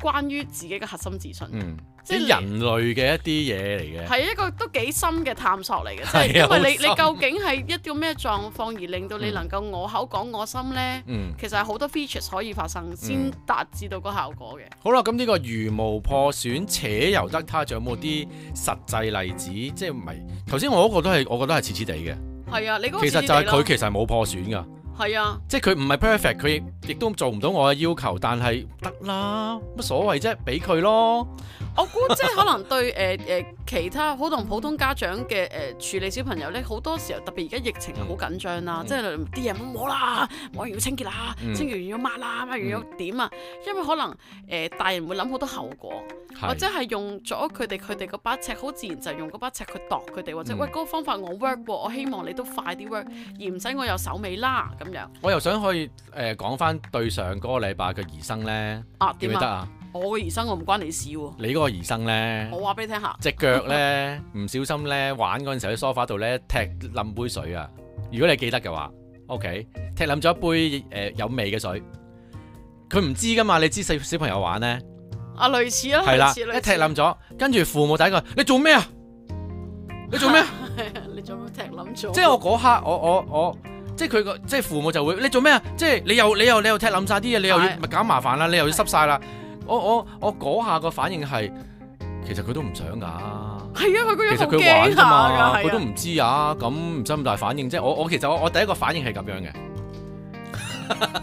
Speaker 1: 關於自己嘅核心自信，
Speaker 2: 嗯，
Speaker 1: 即
Speaker 2: 即
Speaker 1: 係
Speaker 2: 係人類嘅一啲嘢嚟嘅。
Speaker 1: 係一個都幾深嘅探索嚟嘅，
Speaker 2: 係啊
Speaker 1: 即係因為你你
Speaker 2: 好
Speaker 1: 究竟係一個咩狀況而令到你
Speaker 2: 嗯
Speaker 1: 能夠我口講我心呢？
Speaker 2: 嗯。
Speaker 1: 其實係好多 features 可以發生先
Speaker 2: 嗯
Speaker 1: 達至到個效果嘅。
Speaker 2: 好啦，咁呢個如無破損且由得他，仲有冇啲實際例子？即係唔係頭先我嗰個都係，我覺得係似似地嘅。
Speaker 1: 係啊，你嗰個似
Speaker 2: 其實就
Speaker 1: 似地
Speaker 2: 係
Speaker 1: 咯
Speaker 2: 佢其實係冇破損噶，
Speaker 1: 係啊，
Speaker 2: 即係佢唔係 perfect，佢亦亦都做唔到我嘅要求，但係得啦，乜所謂啫？俾佢咯。
Speaker 1: 我估即係可能對 <laughs> 誒誒、其他好同普通家長嘅誒、處理小朋友咧，好多時候特別而家疫情係好緊張啦，
Speaker 2: 嗯
Speaker 1: 即係啲嘢唔好摸啦，摸完要清潔啦，
Speaker 2: 嗯
Speaker 1: 清潔完要抹啦，抹完要點啊？因為可能誒、呃大人會諗好多後果，或者
Speaker 2: 係
Speaker 1: 係用咗佢哋佢哋嗰把尺，好自然就用嗰把尺去度佢哋，或者、
Speaker 2: 嗯
Speaker 1: 喂嗰、個方法我 work 喎，我希望你都快啲 work，而唔使我有手尾啦咁樣
Speaker 2: 我又想可以誒講翻對上嗰個禮拜嘅兒生呢，
Speaker 1: 啊
Speaker 2: 記唔
Speaker 1: 點
Speaker 2: 記得
Speaker 1: 啊？
Speaker 2: 啊？
Speaker 1: 我嘅兒生我唔關你事喎，
Speaker 2: 你嗰個兒生呢，
Speaker 1: 我話俾你聽下，
Speaker 2: 只腳呢，唔小心呢，玩嗰陣時候喺梳化度呢，踢冧杯水啊！如果你記得嘅話，OK，踢冧咗一杯誒、呃有味嘅水，佢唔知噶嘛，你知細小朋友玩呢，
Speaker 1: 啊類似啦，
Speaker 2: 係啦，
Speaker 1: 類似
Speaker 2: 一
Speaker 1: 類
Speaker 2: 踢
Speaker 1: 似。
Speaker 2: 冧咗，跟住父母第一個你做咩啊？你
Speaker 1: <laughs>
Speaker 2: 做咩啊？
Speaker 1: 你做咩踢諗咗？
Speaker 2: 即係我嗰刻，我我我，即係佢個，即係父母就會你做咩啊？即係你又你又你又踢冧晒啲嘢，你又要
Speaker 1: 係
Speaker 2: 咪搞麻煩啦，你又要濕晒啦。我我我嗰下個反應係，其實佢都唔想㗎。
Speaker 1: 係啊，佢個 <laughs> 樣
Speaker 2: 其
Speaker 1: 好
Speaker 2: 實佢玩
Speaker 1: 驚
Speaker 2: 㗎
Speaker 1: 下
Speaker 2: 嘛，
Speaker 1: 㗎，
Speaker 2: 佢都
Speaker 1: 係啊。
Speaker 2: 唔知啊，咁唔使咁大反應啫。我我其實我我第一個反應係咁樣嘅，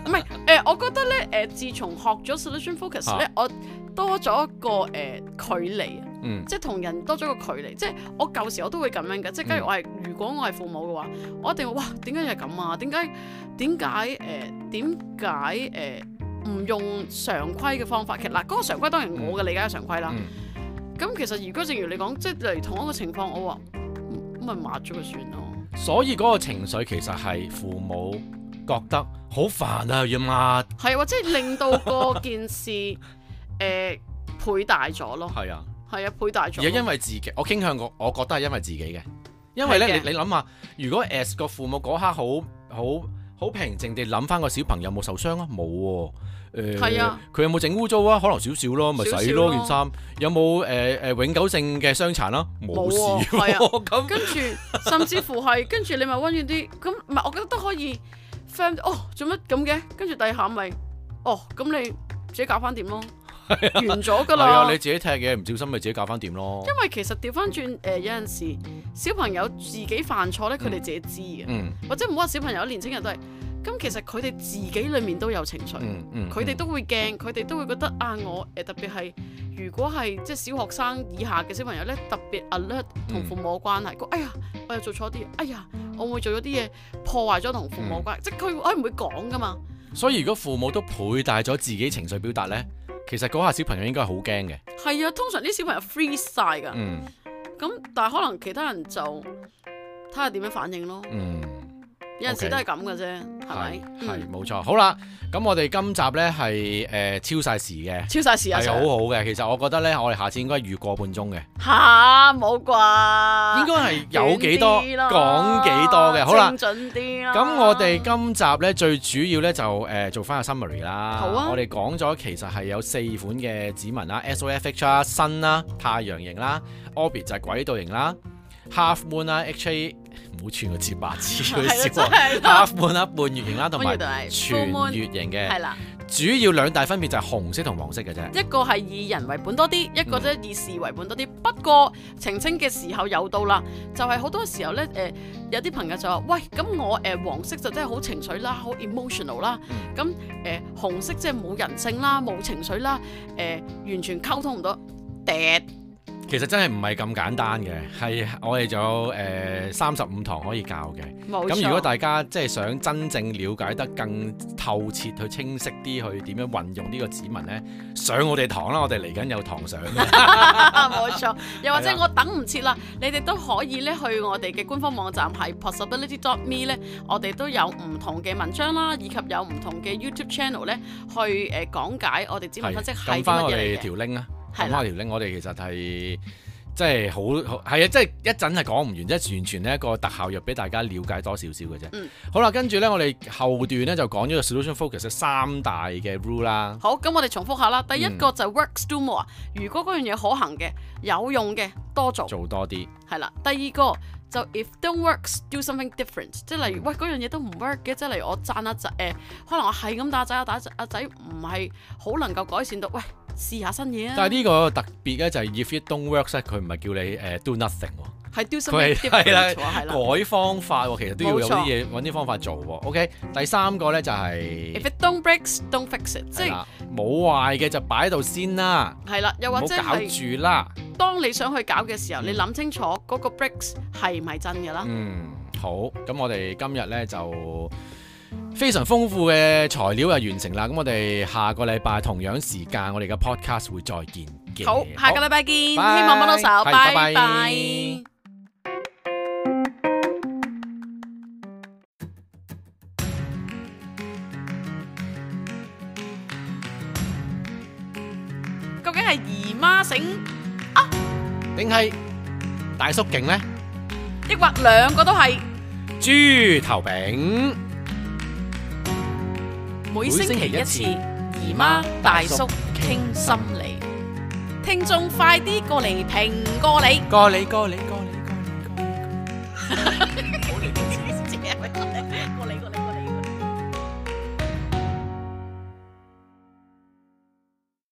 Speaker 1: 唔係誒，我覺得咧誒、自從學咗 solution focus 咧，我多咗一個誒、距離啊，
Speaker 2: 嗯
Speaker 1: 即係同人多咗個距離。即係我舊時我都會咁樣嘅，即係
Speaker 2: 嗯
Speaker 1: 假如我係如果我係父母嘅話，我一定會哇點解又係咁啊？點解點解誒點解誒唔用常規嘅方法？其實嗱，嗰、個常規當然我嘅理解係常規啦。
Speaker 2: 嗯
Speaker 1: 咁、其實如果正如你講，即係例如同一個情況，我話嗯咁咪抹咗佢算咯。
Speaker 2: 所以嗰個情緒其實係父母覺得好煩啊，要抹
Speaker 1: 係或者令到個件事誒、呃倍大咗咯，
Speaker 2: 係啊，
Speaker 1: 係啊倍大咗
Speaker 2: 而係因
Speaker 1: 咯。
Speaker 2: 為自己，我傾向我我覺得係因為自己嘅，因為咧
Speaker 1: 係嘅
Speaker 2: 你你諗下，如果 as 個父母嗰刻好好好平靜地諗翻個小朋友有冇受傷啊，冇喎、誒
Speaker 1: 係啊
Speaker 2: 佢有冇整污糟啊？可能少少咯，咪
Speaker 1: 少
Speaker 2: 洗
Speaker 1: 少
Speaker 2: 咯
Speaker 1: 咯
Speaker 2: 件衫。有冇誒誒永久性嘅傷殘啦？冇
Speaker 1: 冇
Speaker 2: 事
Speaker 1: 喎係啊
Speaker 2: 喎， <laughs> 咁
Speaker 1: 跟住甚至乎係跟住你咪温軟啲，咁唔係我覺得都可以 firm 哦，做乜咁嘅？跟住第下咪哦，咁你自己搞翻掂咯，完咗㗎
Speaker 2: 係啊，
Speaker 1: 啦
Speaker 2: 你。自己踢嘅，唔小心咪自己教翻掂咯。
Speaker 1: 因為其實調翻轉誒有陣時小朋友自己犯錯咧，佢哋自己知嘅，
Speaker 2: 嗯
Speaker 1: 或者唔好話小朋友，年青人都係。咁其實佢哋自己裡面都有情緒。
Speaker 2: 嗯嗯，
Speaker 1: 佢哋都會驚，佢哋都會覺得啊，我誒、特別係如果係即係小學生以下嘅小朋友咧，特別 alert
Speaker 2: 嗯
Speaker 1: 同父母嘅關係。佢、哎呀，我又做錯啲嘢，哎呀，我會做咗啲嘢破壞咗同父
Speaker 2: 嗯
Speaker 1: 母嘅關係，即係佢哎我唔會講噶嘛。
Speaker 2: 所以如果父母都倍大咗自己情緒表達呢，其實嗰下小朋友應該係好驚嘅。
Speaker 1: 係啊，通常啲小朋友 freeze 晒㗎，咁、
Speaker 2: 嗯
Speaker 1: 但係可能其他人就睇下點樣反應咯。
Speaker 2: 嗯，
Speaker 1: 有陣時
Speaker 2: OK
Speaker 1: 都係咁嘅啫。係咪？嗯
Speaker 2: 係嗯冇錯。好啦，咁我哋今集呢係誒超晒時嘅，
Speaker 1: 超晒時啊！
Speaker 2: 係好
Speaker 1: Sir
Speaker 2: 好嘅。其實我覺得呢，我哋下次應該預個半鐘嘅，
Speaker 1: 吓冇啩？
Speaker 2: 應該係有幾多
Speaker 1: 遠啲啦
Speaker 2: 講幾多嘅。好啦
Speaker 1: 精。準啲啦。
Speaker 2: 咁我哋今集呢，最主要呢就誒、呃做翻個 summary 啦。
Speaker 1: 好啊
Speaker 2: 我哋講咗其實係有四款嘅指紋啦，SOFH 啦、新啦、太陽型啦、orbit 就係軌道型啦、half moon 啦、HA 唔好串個字白
Speaker 1: <laughs>
Speaker 2: 字
Speaker 1: 係
Speaker 2: 佢
Speaker 1: 啦
Speaker 2: 笑
Speaker 1: 真
Speaker 2: 喎
Speaker 1: 係啦，
Speaker 2: half moon 啦、半月形啦同埋
Speaker 1: 跟住就係 full
Speaker 2: 全
Speaker 1: moon，
Speaker 2: 月形嘅。
Speaker 1: 係啦，
Speaker 2: 主要兩大分別就係紅色同黃色嘅啫。
Speaker 1: 一個係以人為本多啲，一個咧以事為本多啲。不過澄清嘅時候又到啦，就係、好多時候咧誒、呃有啲朋友就話：喂，咁我誒、呃黃色就真係好情緒啦，好 emotional 啦。
Speaker 2: 嗯
Speaker 1: 咁誒、呃、紅色即係冇人性啦，冇情緒啦，誒、完全溝通唔到。嗲
Speaker 2: 其實真係唔係咁簡單嘅，係我哋仲有誒三十五堂可以教嘅。
Speaker 1: 冇
Speaker 2: 咁
Speaker 1: 錯
Speaker 2: 如果大家即係想真正了解得更透徹、去清晰啲，去點樣運用呢個指紋呢？上我哋堂啦，我哋嚟緊有堂上嘅，
Speaker 1: 啊冇
Speaker 2: <laughs>
Speaker 1: 錯，又或
Speaker 2: 啊
Speaker 1: 者我等唔切啦，你哋都可以咧去我哋嘅官方網站係 possibility.me 咧，我哋都有唔同嘅文章啦，以及有唔同嘅 YouTube channel 咧，去誒講解我哋 <laughs> 指紋分析係啲
Speaker 2: 撳翻
Speaker 1: 乜
Speaker 2: 我
Speaker 1: 嘢
Speaker 2: 哋
Speaker 1: 嚟嘅。
Speaker 2: 條 link 啊，
Speaker 1: 係
Speaker 2: 撳
Speaker 1: 啦
Speaker 2: 翻條 link，我哋其實係即係好好係啊，即係一陣係講唔完，即係完全呢一個特效藥俾大家了解多少少嘅啫。
Speaker 1: 嗯
Speaker 2: 好啦，跟住呢，我哋後段呢就講咗個 solution focus 嘅三大嘅 rule 啦。
Speaker 1: 好，咁我哋重複下啦。第一
Speaker 2: 嗯
Speaker 1: 個就 works do more，如果嗰樣嘢可行嘅、有用嘅，多做
Speaker 2: 做多啲，
Speaker 1: 係啦。第二個就 if don't works do something different，即係例如
Speaker 2: 嗯
Speaker 1: 喂嗰樣嘢都唔 work 嘅，即係例如我讚阿仔誒，可能我係咁打仔，阿打仔阿仔唔係好能夠改善到，喂試下新嘢啊。
Speaker 2: 但係呢個特別呢，就係 if it don't work 呢佢唔係叫你誒、呃 do nothing 喎。
Speaker 1: 係 do
Speaker 2: 佢
Speaker 1: something
Speaker 2: 係
Speaker 1: different
Speaker 2: 係啦
Speaker 1: 喎係啦。
Speaker 2: 改方法喎，其實都要有啲
Speaker 1: 冇錯
Speaker 2: 嘢揾啲方法做喎。OK，第三個呢就係
Speaker 1: If it don't breaks, don't fix it。即
Speaker 2: 係
Speaker 1: 係
Speaker 2: 啦冇壞嘅就擺喺度先啦，
Speaker 1: 係啦，又
Speaker 2: 唔
Speaker 1: 或
Speaker 2: 好
Speaker 1: 者
Speaker 2: 搞
Speaker 1: 係
Speaker 2: 住啦。
Speaker 1: 當你想去搞嘅時候，
Speaker 2: 嗯
Speaker 1: 你諗清楚嗰個 breaks 係咪真嘅啦？
Speaker 2: 嗯，好，咁我哋今日呢就。非常豐富嘅材料啊，完成啦！咁我哋下個禮拜同樣時間，我哋嘅 podcast 會再見嘅。
Speaker 1: 好，下個禮拜見，希
Speaker 2: 拜
Speaker 1: 望幫到手，
Speaker 2: 係
Speaker 1: 拜
Speaker 2: 拜拜
Speaker 1: 拜。究竟係姨媽醒，
Speaker 2: 定係大叔勁呢？
Speaker 1: 抑或兩個都係？
Speaker 2: 豬頭餅。
Speaker 1: 每星期一次，姨媽大叔傾心理，聽眾快啲過嚟評過你。
Speaker 2: 過你過你過你過你過你過你。
Speaker 1: 過嚟過嚟。